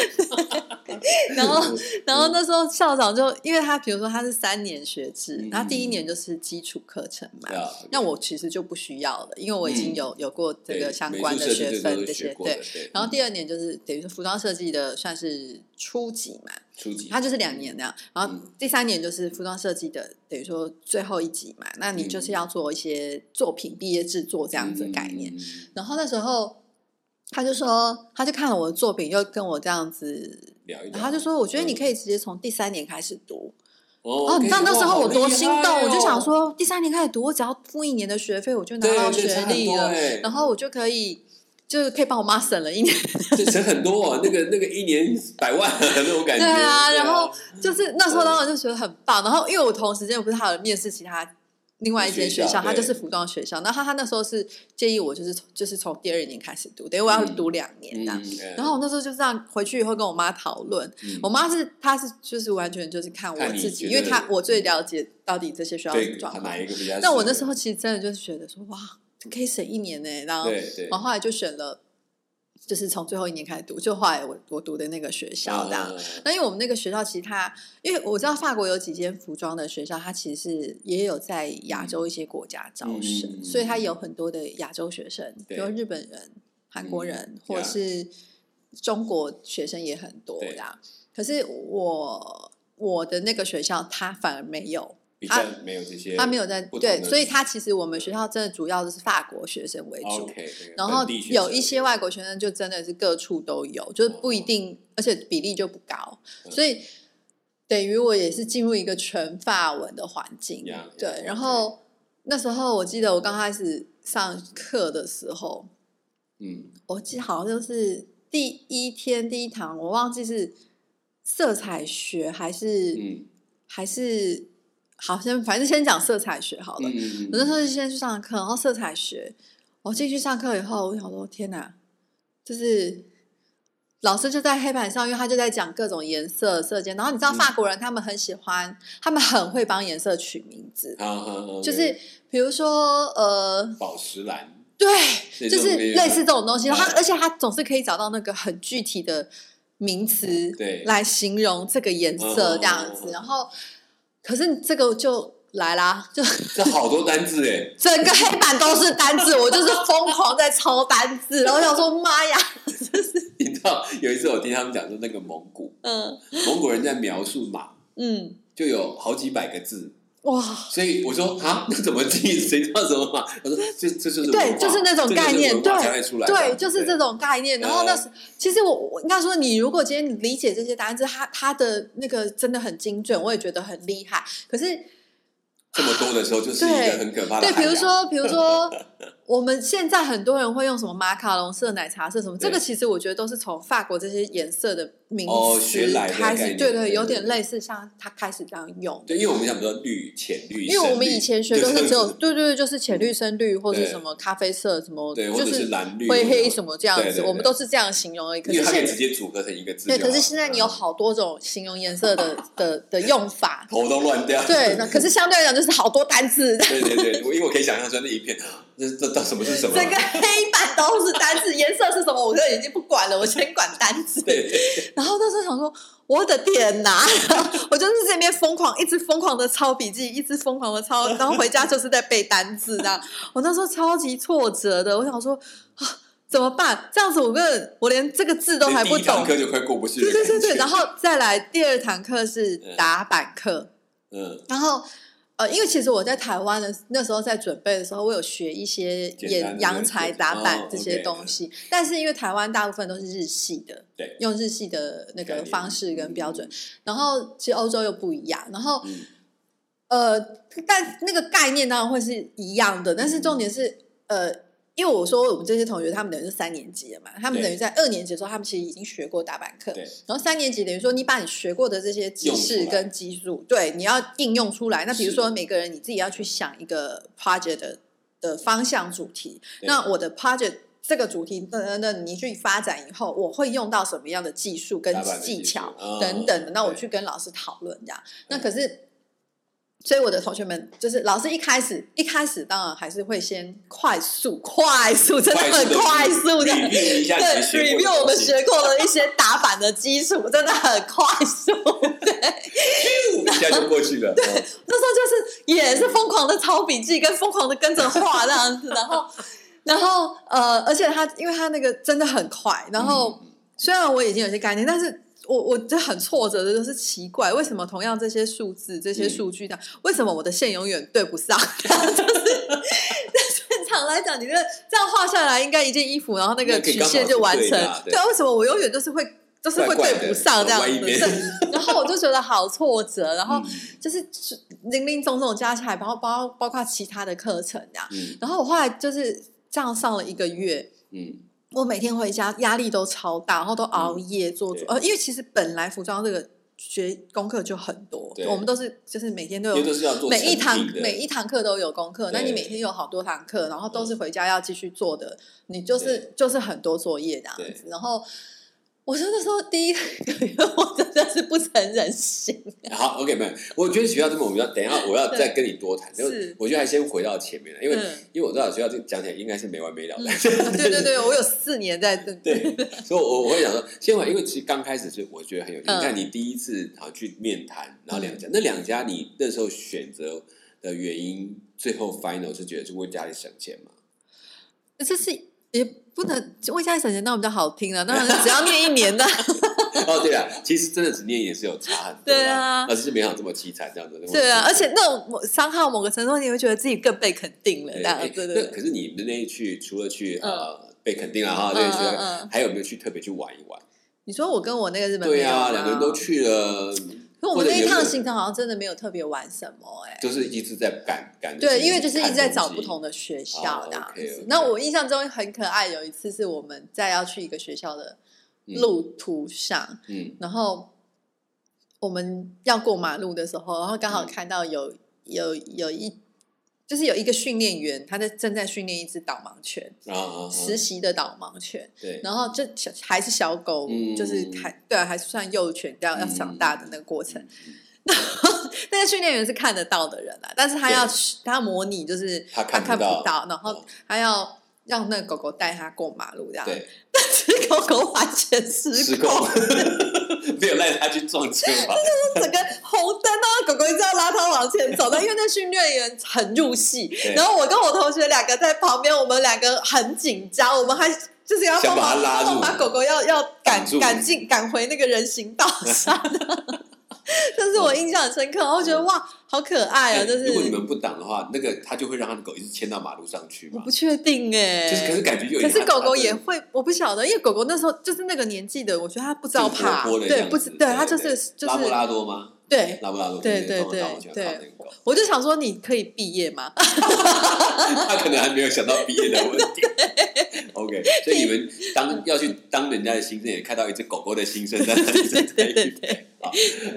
Speaker 2: 然后，然后那时候校长就因为他比如说他是三年学制
Speaker 1: 嗯，
Speaker 2: 他第一年就是基础课程嘛
Speaker 1: 对，啊
Speaker 2: 那我其实就不需要了，因为我已经有有过这个
Speaker 1: 嗯对
Speaker 2: 相
Speaker 1: 美
Speaker 2: 关
Speaker 1: 术设
Speaker 2: 的
Speaker 1: 计
Speaker 2: 学
Speaker 1: 这都
Speaker 2: 分
Speaker 1: 是
Speaker 2: 这
Speaker 1: 学
Speaker 2: 些
Speaker 1: 过的嗯
Speaker 2: 对。
Speaker 1: 对，
Speaker 2: 然后第二年就是等于是服装设计的算是初级嘛，
Speaker 1: 初级
Speaker 2: 它就是两年那样，然后
Speaker 1: 嗯
Speaker 2: 第三年就是服装设计的，等于说最后一集嘛，那你
Speaker 1: 嗯
Speaker 2: 就是要做一些作品毕业制作这样子的概念。。
Speaker 1: 嗯
Speaker 2: 然后那时候他就说，他就看了我的作品，又跟我这样子，
Speaker 1: 聊一聊，嗯
Speaker 2: 然后他就说，我觉得你可
Speaker 1: 以
Speaker 2: 以直接从第三年开始读。
Speaker 1: 哦
Speaker 2: 哦，你知道那时候我多心动，我就想，
Speaker 1: 好厉害哦
Speaker 2: 说，第三年开始读，我只要付一年的学费，我就拿
Speaker 1: 对
Speaker 2: 到
Speaker 1: 对
Speaker 2: 学
Speaker 1: 差很
Speaker 2: 历
Speaker 1: 多
Speaker 2: 了，
Speaker 1: 欸
Speaker 2: 然后我就可以。就是可以帮我妈省了一年，
Speaker 1: 这省很多哦，那个那个一年百万那种感觉。
Speaker 2: 对啊，
Speaker 1: 对
Speaker 2: 然后就是那时候当时就觉得很棒，然后因为我同时间我不是还有面试其他另外一间
Speaker 1: 学
Speaker 2: 学校，
Speaker 1: 校
Speaker 2: 他就是
Speaker 1: 对
Speaker 2: 服装学校，然后他他那时候是建议我就是从就是从第二年开始读，等于我要
Speaker 1: 嗯
Speaker 2: 读两年这样。
Speaker 1: 嗯嗯
Speaker 2: 然后我那时候就这样回去以后跟我妈讨论，
Speaker 1: 嗯
Speaker 2: 我妈是她是就是完全就是看我
Speaker 1: 看你
Speaker 2: 自己，
Speaker 1: 觉
Speaker 2: 因为
Speaker 1: 得嗯
Speaker 2: 她我最了解到底这些学校什
Speaker 1: 对
Speaker 2: 么状况
Speaker 1: 哪。一个比较适合？
Speaker 2: 但我那时候其实真的就是觉得说哇，可以省一年呢，然后
Speaker 1: 对对，
Speaker 2: 然后后来就选了，就是从最后一年开始读，就后来我我读的那个学校这样。
Speaker 1: 嗯
Speaker 2: 那因为我们那个学校，其实它，因为我知道法国有几间服装的学校，它其实是也有在亚洲一些国家招生，
Speaker 1: 嗯
Speaker 2: 所以它有很多的亚洲学生，比
Speaker 1: 对嗯
Speaker 2: 如日本人、韩国人，或者
Speaker 1: 呀
Speaker 2: 是中国学生也很多
Speaker 1: 对
Speaker 2: 这样。可是我我的那个学校，它反而没有，
Speaker 1: 比
Speaker 2: 他
Speaker 1: 较没有这些，
Speaker 2: 它没有在
Speaker 1: 不同的
Speaker 2: 对，所以它其实我们学校真的主要就是法国学生为主。
Speaker 1: OK，那个
Speaker 2: 然后
Speaker 1: 哦本地学
Speaker 2: 有
Speaker 1: 生哦
Speaker 2: 一些外国学生就真的是各处都有，就是不一定，而且比例就不高，
Speaker 1: 嗯
Speaker 2: 所以等于我也是进入一个全法文的环境。
Speaker 1: Yeah, yeah,
Speaker 2: 对
Speaker 1: okay.，
Speaker 2: 然后那时候我记得我刚开始上课的时候，
Speaker 1: 嗯，
Speaker 2: 我记得好像就是第一天第一堂，我忘记是色彩学还是、
Speaker 1: 嗯
Speaker 2: 还是好像反正先讲色彩学好了。
Speaker 1: 嗯
Speaker 2: 我那时候就先去上课，然后色彩学，我进去上课以后，我想说天哪，就是老师就在黑板上，因为他就在讲各种颜色色间，然后你知道
Speaker 1: 嗯
Speaker 2: 法国人他们很喜欢，他们很会帮颜色取名字，
Speaker 1: 啊啊啊
Speaker 2: 就是比如说呃，
Speaker 1: 宝石蓝，
Speaker 2: 对，
Speaker 1: 对
Speaker 2: 就
Speaker 1: 这种
Speaker 2: 是
Speaker 1: 可以
Speaker 2: 类似这种东西，然后他
Speaker 1: 嗯
Speaker 2: 而且他总是可以找到那个很具体的名词，
Speaker 1: 对
Speaker 2: 来形容这个颜色
Speaker 1: 嗯
Speaker 2: 这样子，
Speaker 1: 嗯嗯嗯
Speaker 2: 然后可是这个就来啦，就。
Speaker 1: 这好多单字哎，
Speaker 2: 整个黑板都是单字，我就是疯狂在抄单字，然后想说妈呀，
Speaker 1: 你知道有一次我听他们讲说那个蒙古，
Speaker 2: 嗯
Speaker 1: 蒙古人在描述马
Speaker 2: 嗯，
Speaker 1: 就有好几百个字，
Speaker 2: 哇，
Speaker 1: 所以我说啊，那怎么记？谁知道什么马？我说这这就是文化
Speaker 2: 对就是那种
Speaker 1: 这
Speaker 2: 概念
Speaker 1: 文化
Speaker 2: 对
Speaker 1: 才会出来的，
Speaker 2: 对，就是这种概念。
Speaker 1: 对嗯
Speaker 2: 然后那时，其实我我应该说，你如果今天理解这些单字，它它的那个真的很精准，我也觉得很厉害。可是
Speaker 1: 这么多的时候，就是一
Speaker 2: 对
Speaker 1: 个很可怕的
Speaker 2: 对，比
Speaker 1: 海
Speaker 2: 如
Speaker 1: 洋
Speaker 2: 说，比 如说，我们现在很多人会用什么马卡龙色、奶茶色什么，
Speaker 1: 对
Speaker 2: 这个其实我觉得都是从法国这些颜色的名
Speaker 1: 哦学
Speaker 2: 词
Speaker 1: 来的
Speaker 2: 开
Speaker 1: 概
Speaker 2: 始，
Speaker 1: 念对
Speaker 2: 对对，
Speaker 1: 对
Speaker 2: 有点
Speaker 1: 对
Speaker 2: 类似像他开始这样用。
Speaker 1: 对，因为我们想说绿、浅绿，
Speaker 2: 因为我们
Speaker 1: 深绿
Speaker 2: 以前学都
Speaker 1: 就是
Speaker 2: 只
Speaker 1: 这样
Speaker 2: 有
Speaker 1: 子
Speaker 2: 对对对，就是浅绿、深绿或者
Speaker 1: 对
Speaker 2: 什么咖啡色什么，
Speaker 1: 对，
Speaker 2: 就
Speaker 1: 或者
Speaker 2: 是
Speaker 1: 是蓝绿、
Speaker 2: 灰黑
Speaker 1: 么，
Speaker 2: 什么这样
Speaker 1: 对
Speaker 2: 子，
Speaker 1: 对对
Speaker 2: 我们都是这样形容而已。可
Speaker 1: 因为
Speaker 2: 是
Speaker 1: 它可以啊
Speaker 2: 现
Speaker 1: 直接组合成一个字就
Speaker 2: 对，
Speaker 1: 好了。，
Speaker 2: 可是现在你有好多种形容颜色的的的用法
Speaker 1: 头都乱掉，
Speaker 2: 对，那可是相对来讲就是好多单字，
Speaker 1: 对对对，我因为我可以想象出那一片，这这到什么是什么？
Speaker 2: 整个黑板都是单字，颜色是什么我就已经不管了，我先管单字。
Speaker 1: 对对
Speaker 2: 然后那时候想说，我的天哪！ 我就是这边疯狂，一直疯狂的抄笔记，一直疯狂的抄，然后回家就是在背单字这样。我那时候超级挫折的，我想说啊，怎么办？这样子我跟我连这个字都还
Speaker 1: 连
Speaker 2: 不
Speaker 1: 第一堂
Speaker 2: 懂。
Speaker 1: 课就快过不去了。
Speaker 2: 对对对对，然
Speaker 1: 后
Speaker 2: 后再来第二堂课是打板课，
Speaker 1: 嗯，
Speaker 2: 然后。呃，因为其实我在台湾的那时候在准备的时候，我有学一些
Speaker 1: 简单
Speaker 2: 演
Speaker 1: 的
Speaker 2: 洋裁打
Speaker 1: 哦
Speaker 2: 板这
Speaker 1: ，OK
Speaker 2: 些东西，但是因为台湾大部分都是日系的，
Speaker 1: 对
Speaker 2: 用日系的那
Speaker 1: 概
Speaker 2: 个
Speaker 1: 念
Speaker 2: 方式跟标准
Speaker 1: 嗯，
Speaker 2: 然后其实欧洲又不一样，然后
Speaker 1: 嗯
Speaker 2: 呃，但那个概念当然会是一样的，但是
Speaker 1: 嗯
Speaker 2: 重点是呃，因为我说我们这些同学他们等于是三年级了嘛，他们
Speaker 1: 对
Speaker 2: 等于在二年级的时候，他们其实已经学过打板课，
Speaker 1: 对
Speaker 2: 然后三年级等于说你把你学过的这些知识
Speaker 1: 用出来
Speaker 2: 跟技术，对，你要应用出来。那比如
Speaker 1: 是
Speaker 2: 说每个人你自己要去想一个 project 的的方向主题。
Speaker 1: 对
Speaker 2: 那我的 project 这个主题等等等，你去发展以后，我会用到什么样的技术跟
Speaker 1: 打板的
Speaker 2: 技
Speaker 1: 技术
Speaker 2: 巧
Speaker 1: 哦
Speaker 2: 等等的？那我
Speaker 1: 对嗯
Speaker 2: 去跟老师讨论这样。那可是。所以我的同学们就是老师一开始一开始当然还是会先快速快速 真的很快速的
Speaker 1: review 一下
Speaker 2: 对
Speaker 1: 你学过的
Speaker 2: ，review 我们
Speaker 1: 东西
Speaker 2: 学过的一些打板的基础，真的很快速。
Speaker 1: 一下就过去了。哦
Speaker 2: 那时候就是也是疯狂的抄笔记，跟疯狂的跟着画这样子，然后，然后呃，而且他因为他那个真的很快，然后、
Speaker 1: 嗯
Speaker 2: 虽然我已经有些概念，但是我我就很挫折的就是奇怪，为什么同样这些数字、这
Speaker 1: 嗯
Speaker 2: 些数据上，为什么我的线永远对不上？ 就是正常来讲，你这这样画下来，应该一件衣服，然后那个
Speaker 1: 那可以
Speaker 2: 曲
Speaker 1: 刚好
Speaker 2: 线
Speaker 1: 是
Speaker 2: 就完
Speaker 1: 对
Speaker 2: 成。
Speaker 1: 的啊对
Speaker 2: 为什么我永远就是会就是会
Speaker 1: 怪怪的
Speaker 2: 对不上这样
Speaker 1: 歪一
Speaker 2: 子？
Speaker 1: 边
Speaker 2: 这然后我就觉得好挫折，然后
Speaker 1: 嗯
Speaker 2: 就是零零总总加起来，包括包包括其他的课程这样。
Speaker 1: 嗯
Speaker 2: 然后我后来就是这样上了一个月，
Speaker 1: 嗯，
Speaker 2: 我每天回家压力都超大，然后都熬夜做做，
Speaker 1: 对
Speaker 2: 呃，因为其实本来服装这个学功课就很多
Speaker 1: 对，
Speaker 2: 我们都是就是每天
Speaker 1: 因
Speaker 2: 都
Speaker 1: 为
Speaker 2: 有
Speaker 1: 都是要做
Speaker 2: 每一堂
Speaker 1: 成品的
Speaker 2: 每一堂课都有功课，
Speaker 1: 对嗯
Speaker 2: 那你每天有好多堂课，然后都是回家要继续做的，你就是
Speaker 1: 对
Speaker 2: 就是很多作业这样子，然后。我真的说，第一 个月我真的是不成人形，
Speaker 1: 好，OK，没有。我觉得学校这么，我们要等一下，我要再跟你多谈。
Speaker 2: 对是
Speaker 1: 我觉得还先回到前面了，因为、
Speaker 2: 嗯
Speaker 1: 因为我知道学校这讲起来应该是没完没了的。
Speaker 2: 对对对，我有四年在 这，
Speaker 1: 对，所以我我会想说，先玩，因为其实刚开始是我觉得很有趣。
Speaker 2: 嗯
Speaker 1: 你看，你第一次好去面谈，然后两家，那两家你那时候选择的原因，最后 final 是觉得是为家里省钱嘛？
Speaker 2: 这是也不能为家里省钱，那我比较好听了，当然是只要念一年的，
Speaker 1: 哦，对啊，其实真的只念也是有差很多啦，
Speaker 2: 对啊
Speaker 1: 而是没想到这么凄惨这样子。
Speaker 2: 对啊，而且那种某伤害某个程度，你会觉得自己更被肯定了，这样
Speaker 1: 哎
Speaker 2: 对
Speaker 1: 那
Speaker 2: 对对。
Speaker 1: 可是你们那一去，除了去
Speaker 2: 嗯
Speaker 1: 呃被肯定了哈，
Speaker 2: 嗯
Speaker 1: 对，
Speaker 2: 嗯
Speaker 1: 去
Speaker 2: 嗯
Speaker 1: 还有没有去特别去玩一玩？
Speaker 2: 你说我跟我那个日本
Speaker 1: 对
Speaker 2: 朋友
Speaker 1: 啊，
Speaker 2: 吗
Speaker 1: 两个人都，去了，
Speaker 2: 可我们
Speaker 1: 或者
Speaker 2: 那一
Speaker 1: 有没有
Speaker 2: 趟行程好像真的没有特别玩什么哎、
Speaker 1: 就是一直在赶赶着去看东西。
Speaker 2: 对，因为就是一直在找不同的学校
Speaker 1: 哦
Speaker 2: 这样子
Speaker 1: OK，OK。
Speaker 2: 那我印象中很可爱，有一次是我们在要去一个学校的
Speaker 1: 嗯
Speaker 2: 路途上，
Speaker 1: 嗯，
Speaker 2: 然后我们要过马路的时候，然后
Speaker 1: 嗯
Speaker 2: 刚好看到有、有有一就是有一个训练员，他在正在训练一只导盲犬，
Speaker 1: 啊啊，啊
Speaker 2: 实习的导盲犬。
Speaker 1: 对，
Speaker 2: 然后就小还是小狗，
Speaker 1: 嗯
Speaker 2: 就是还对、啊，还是算幼犬，要要长大的那个过程。
Speaker 1: 嗯
Speaker 2: 那个训练员是看得到的人啊啦，但是他
Speaker 1: 对
Speaker 2: 要去他要模拟，就是
Speaker 1: 他看不
Speaker 2: 看不
Speaker 1: 到
Speaker 2: 到，然后
Speaker 1: 嗯
Speaker 2: 他要让那个狗狗带他过马路这样。
Speaker 1: 对，
Speaker 2: 但是 狗狗完全失
Speaker 1: 失控， 没有赖他去撞车吧？
Speaker 2: 整个红灯啊，狗狗一直要拉他往前走，但因为那训练员很入戏，
Speaker 1: 对
Speaker 2: 然后我跟我同学两个在旁边，我们两个很紧张，我们还就是要
Speaker 1: 想
Speaker 2: 帮
Speaker 1: 把它
Speaker 2: 忙
Speaker 1: 拉
Speaker 2: 帮忙
Speaker 1: 住
Speaker 2: 把狗狗要要赶
Speaker 1: 挡住
Speaker 2: 赶进赶回那个人行道 上。这是我印象很深刻，然后觉得哇，好可爱啊！
Speaker 1: 哎
Speaker 2: 就
Speaker 1: 如果你
Speaker 2: 是
Speaker 1: 们不挡的话，那个他就会让他的狗一直牵到马路上去
Speaker 2: 我
Speaker 1: 嘛
Speaker 2: 不。确定哎、
Speaker 1: 就是可是啊感觉有
Speaker 2: 可
Speaker 1: 点
Speaker 2: 是
Speaker 1: 害怕，
Speaker 2: 狗狗也会，我不晓得，因为狗狗那时候就是那个年纪的，我觉得它不知道
Speaker 1: 就是
Speaker 2: 怕，
Speaker 1: 活泼的
Speaker 2: 对，
Speaker 1: 样
Speaker 2: 不
Speaker 1: 子
Speaker 2: 知对，它就是就是
Speaker 1: 拉布拉多吗？
Speaker 2: 对，
Speaker 1: 拉布拉多
Speaker 2: 对对
Speaker 1: 通常我喜欢
Speaker 2: 对
Speaker 1: 看
Speaker 2: 对
Speaker 1: 那个狗，
Speaker 2: 我就想说你可以毕业吗？
Speaker 1: 他可能还没有想到毕业的问 题。OK，所以你们
Speaker 2: 嗯
Speaker 1: 当要去当人家的新生，也看到一只狗狗的新生在那里在
Speaker 2: 对对
Speaker 1: 对。好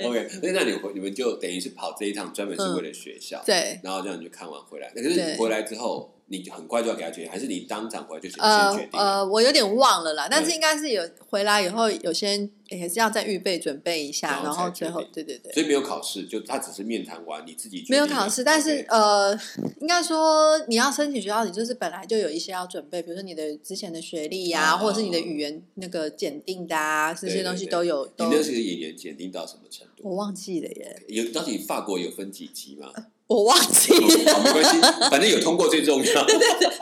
Speaker 1: ，OK，那那你回你们就等于是跑这一趟，专门是为了学校，
Speaker 2: 对，
Speaker 1: 然后这样你就看完回来。可是
Speaker 2: 对
Speaker 1: 你回来之后，你就很快就要给他决定，还是你当场回来就先
Speaker 2: 呃
Speaker 1: 先决定？嗯
Speaker 2: 呃，我有点忘了啦，但是应该是有回来以后，有些也是要再预备准备一下，然
Speaker 1: 然后
Speaker 2: 后
Speaker 1: 才决
Speaker 2: 最
Speaker 1: 定
Speaker 2: 后对对对，
Speaker 1: 所以没有考试，就他只是面谈完，你自己决定
Speaker 2: 没有考试，但是
Speaker 1: OK，
Speaker 2: 呃，应该说你要申请学校，你就是本来就有一些要准备，比如说你的之前的学历呀、
Speaker 1: 啊
Speaker 2: 或者是你的语言那个检定的啊，这
Speaker 1: 对
Speaker 2: 些
Speaker 1: 对
Speaker 2: 东西
Speaker 1: 对
Speaker 2: 都有
Speaker 1: 你
Speaker 2: 都
Speaker 1: 那。时候语言检定到什么程度？
Speaker 2: 我忘记了耶，
Speaker 1: 有到底法国有分几级 吗？哦
Speaker 2: 我忘记了，
Speaker 1: 好，没关系，反正有通过最重 要。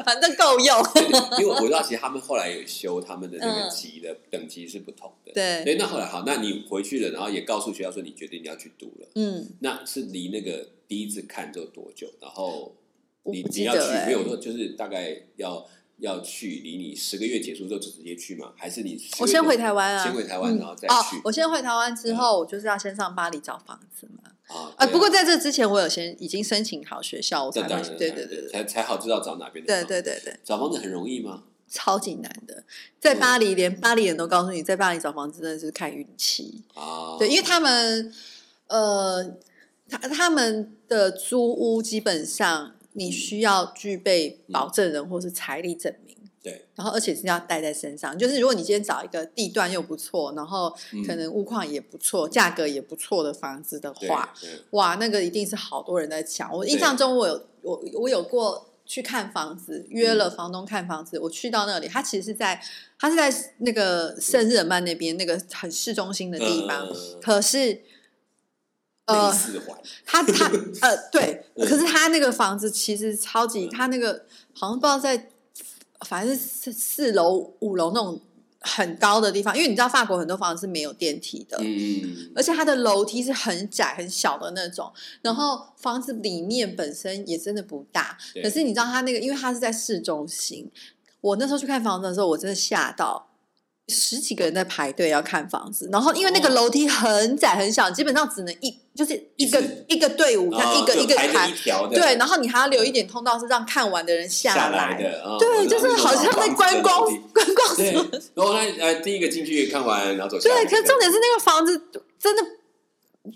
Speaker 2: 反正够用。
Speaker 1: 因为我知道，其实他们后来有修他们的那
Speaker 2: 嗯
Speaker 1: 个级的、等级是不同的。
Speaker 2: 对
Speaker 1: 所以那后来好，那你回去了，然后也告诉学校说你决定你要去读了，
Speaker 2: 嗯，
Speaker 1: 那是离那个第一次看之后多久？然后
Speaker 2: 我
Speaker 1: 你
Speaker 2: 不
Speaker 1: 你
Speaker 2: 记
Speaker 1: 要
Speaker 2: 得
Speaker 1: 去
Speaker 2: 哎、
Speaker 1: 没有说就是大概要要去离你十个月结束之后就直接去吗？还是你10个
Speaker 2: 我
Speaker 1: 月
Speaker 2: 先回台湾啊，
Speaker 1: 先回台湾
Speaker 2: 嗯
Speaker 1: 然后再
Speaker 2: 哦
Speaker 1: 去，嗯
Speaker 2: 我先回台湾之后，我就是要先上巴黎找房子嘛。
Speaker 1: 啊？
Speaker 2: 啊，
Speaker 1: 对
Speaker 2: 不过在这之前，我有先已经申请好学校，我才
Speaker 1: 这当
Speaker 2: 会
Speaker 1: 然了
Speaker 2: 对
Speaker 1: 当
Speaker 2: 对
Speaker 1: 然
Speaker 2: 对对
Speaker 1: 才才好知道找哪边的
Speaker 2: 对
Speaker 1: 房子。
Speaker 2: 对对对，
Speaker 1: 找房子很容易吗？
Speaker 2: 超级难的。在巴
Speaker 1: 嗯
Speaker 2: 黎，连巴黎人都告诉你，在巴黎找房子真的是看运气。
Speaker 1: 啊，
Speaker 2: 对，因为他们呃，他他们的租屋基本上
Speaker 1: 嗯
Speaker 2: 你需要具备保证人或是财力证明。
Speaker 1: 对，
Speaker 2: 然后而且是要带在身上，就是如果你今天找一个地段又不错，然后
Speaker 1: 嗯
Speaker 2: 可能物况也不错，价格也不错的房子的
Speaker 1: 对
Speaker 2: 话，，
Speaker 1: 对
Speaker 2: 哇，那个一定是好多人在抢。我印象中我有我我有过去看房子，约
Speaker 1: 嗯
Speaker 2: 了房东看房子，我去到那里，他其实是在他是在那个圣日耳曼那边那个很市中心的地方，
Speaker 1: 呃
Speaker 2: 可是。
Speaker 1: 内
Speaker 2: 呃，
Speaker 1: 四环，
Speaker 2: 他他呃，对，
Speaker 1: 嗯
Speaker 2: 可是他那个房子其实超级，
Speaker 1: 嗯
Speaker 2: 他那个好像不知道在，反正是四四楼、五楼那种很高的地方，因为你知道法国很多房子是没有电梯的，
Speaker 1: 嗯，
Speaker 2: 而且它的楼梯是很窄、很小的那种，然后房子里面本身也真的不大，
Speaker 1: 对
Speaker 2: 可是你知道它那个，因为它是在市中心，我那时候去看房子的时候，我真的吓到。十几个人在排队要看房子，然后因为那个
Speaker 1: 哦
Speaker 2: 楼梯很窄很小，基本上只能一就是一个
Speaker 1: 一直
Speaker 2: 一个队伍，
Speaker 1: 啊
Speaker 2: 那一个
Speaker 1: 就
Speaker 2: 一个
Speaker 1: 排着
Speaker 2: 排
Speaker 1: 一，条的，
Speaker 2: 对，然后你还要留一点通道是让看完的人
Speaker 1: 下
Speaker 2: 来，
Speaker 1: 的，啊
Speaker 2: 对，就是好像在观光。 观光
Speaker 1: 对，
Speaker 2: 什么
Speaker 1: 然后呢，呃，第一个进去看完，然后走下来。
Speaker 2: 对，可是重点是那个房子真的，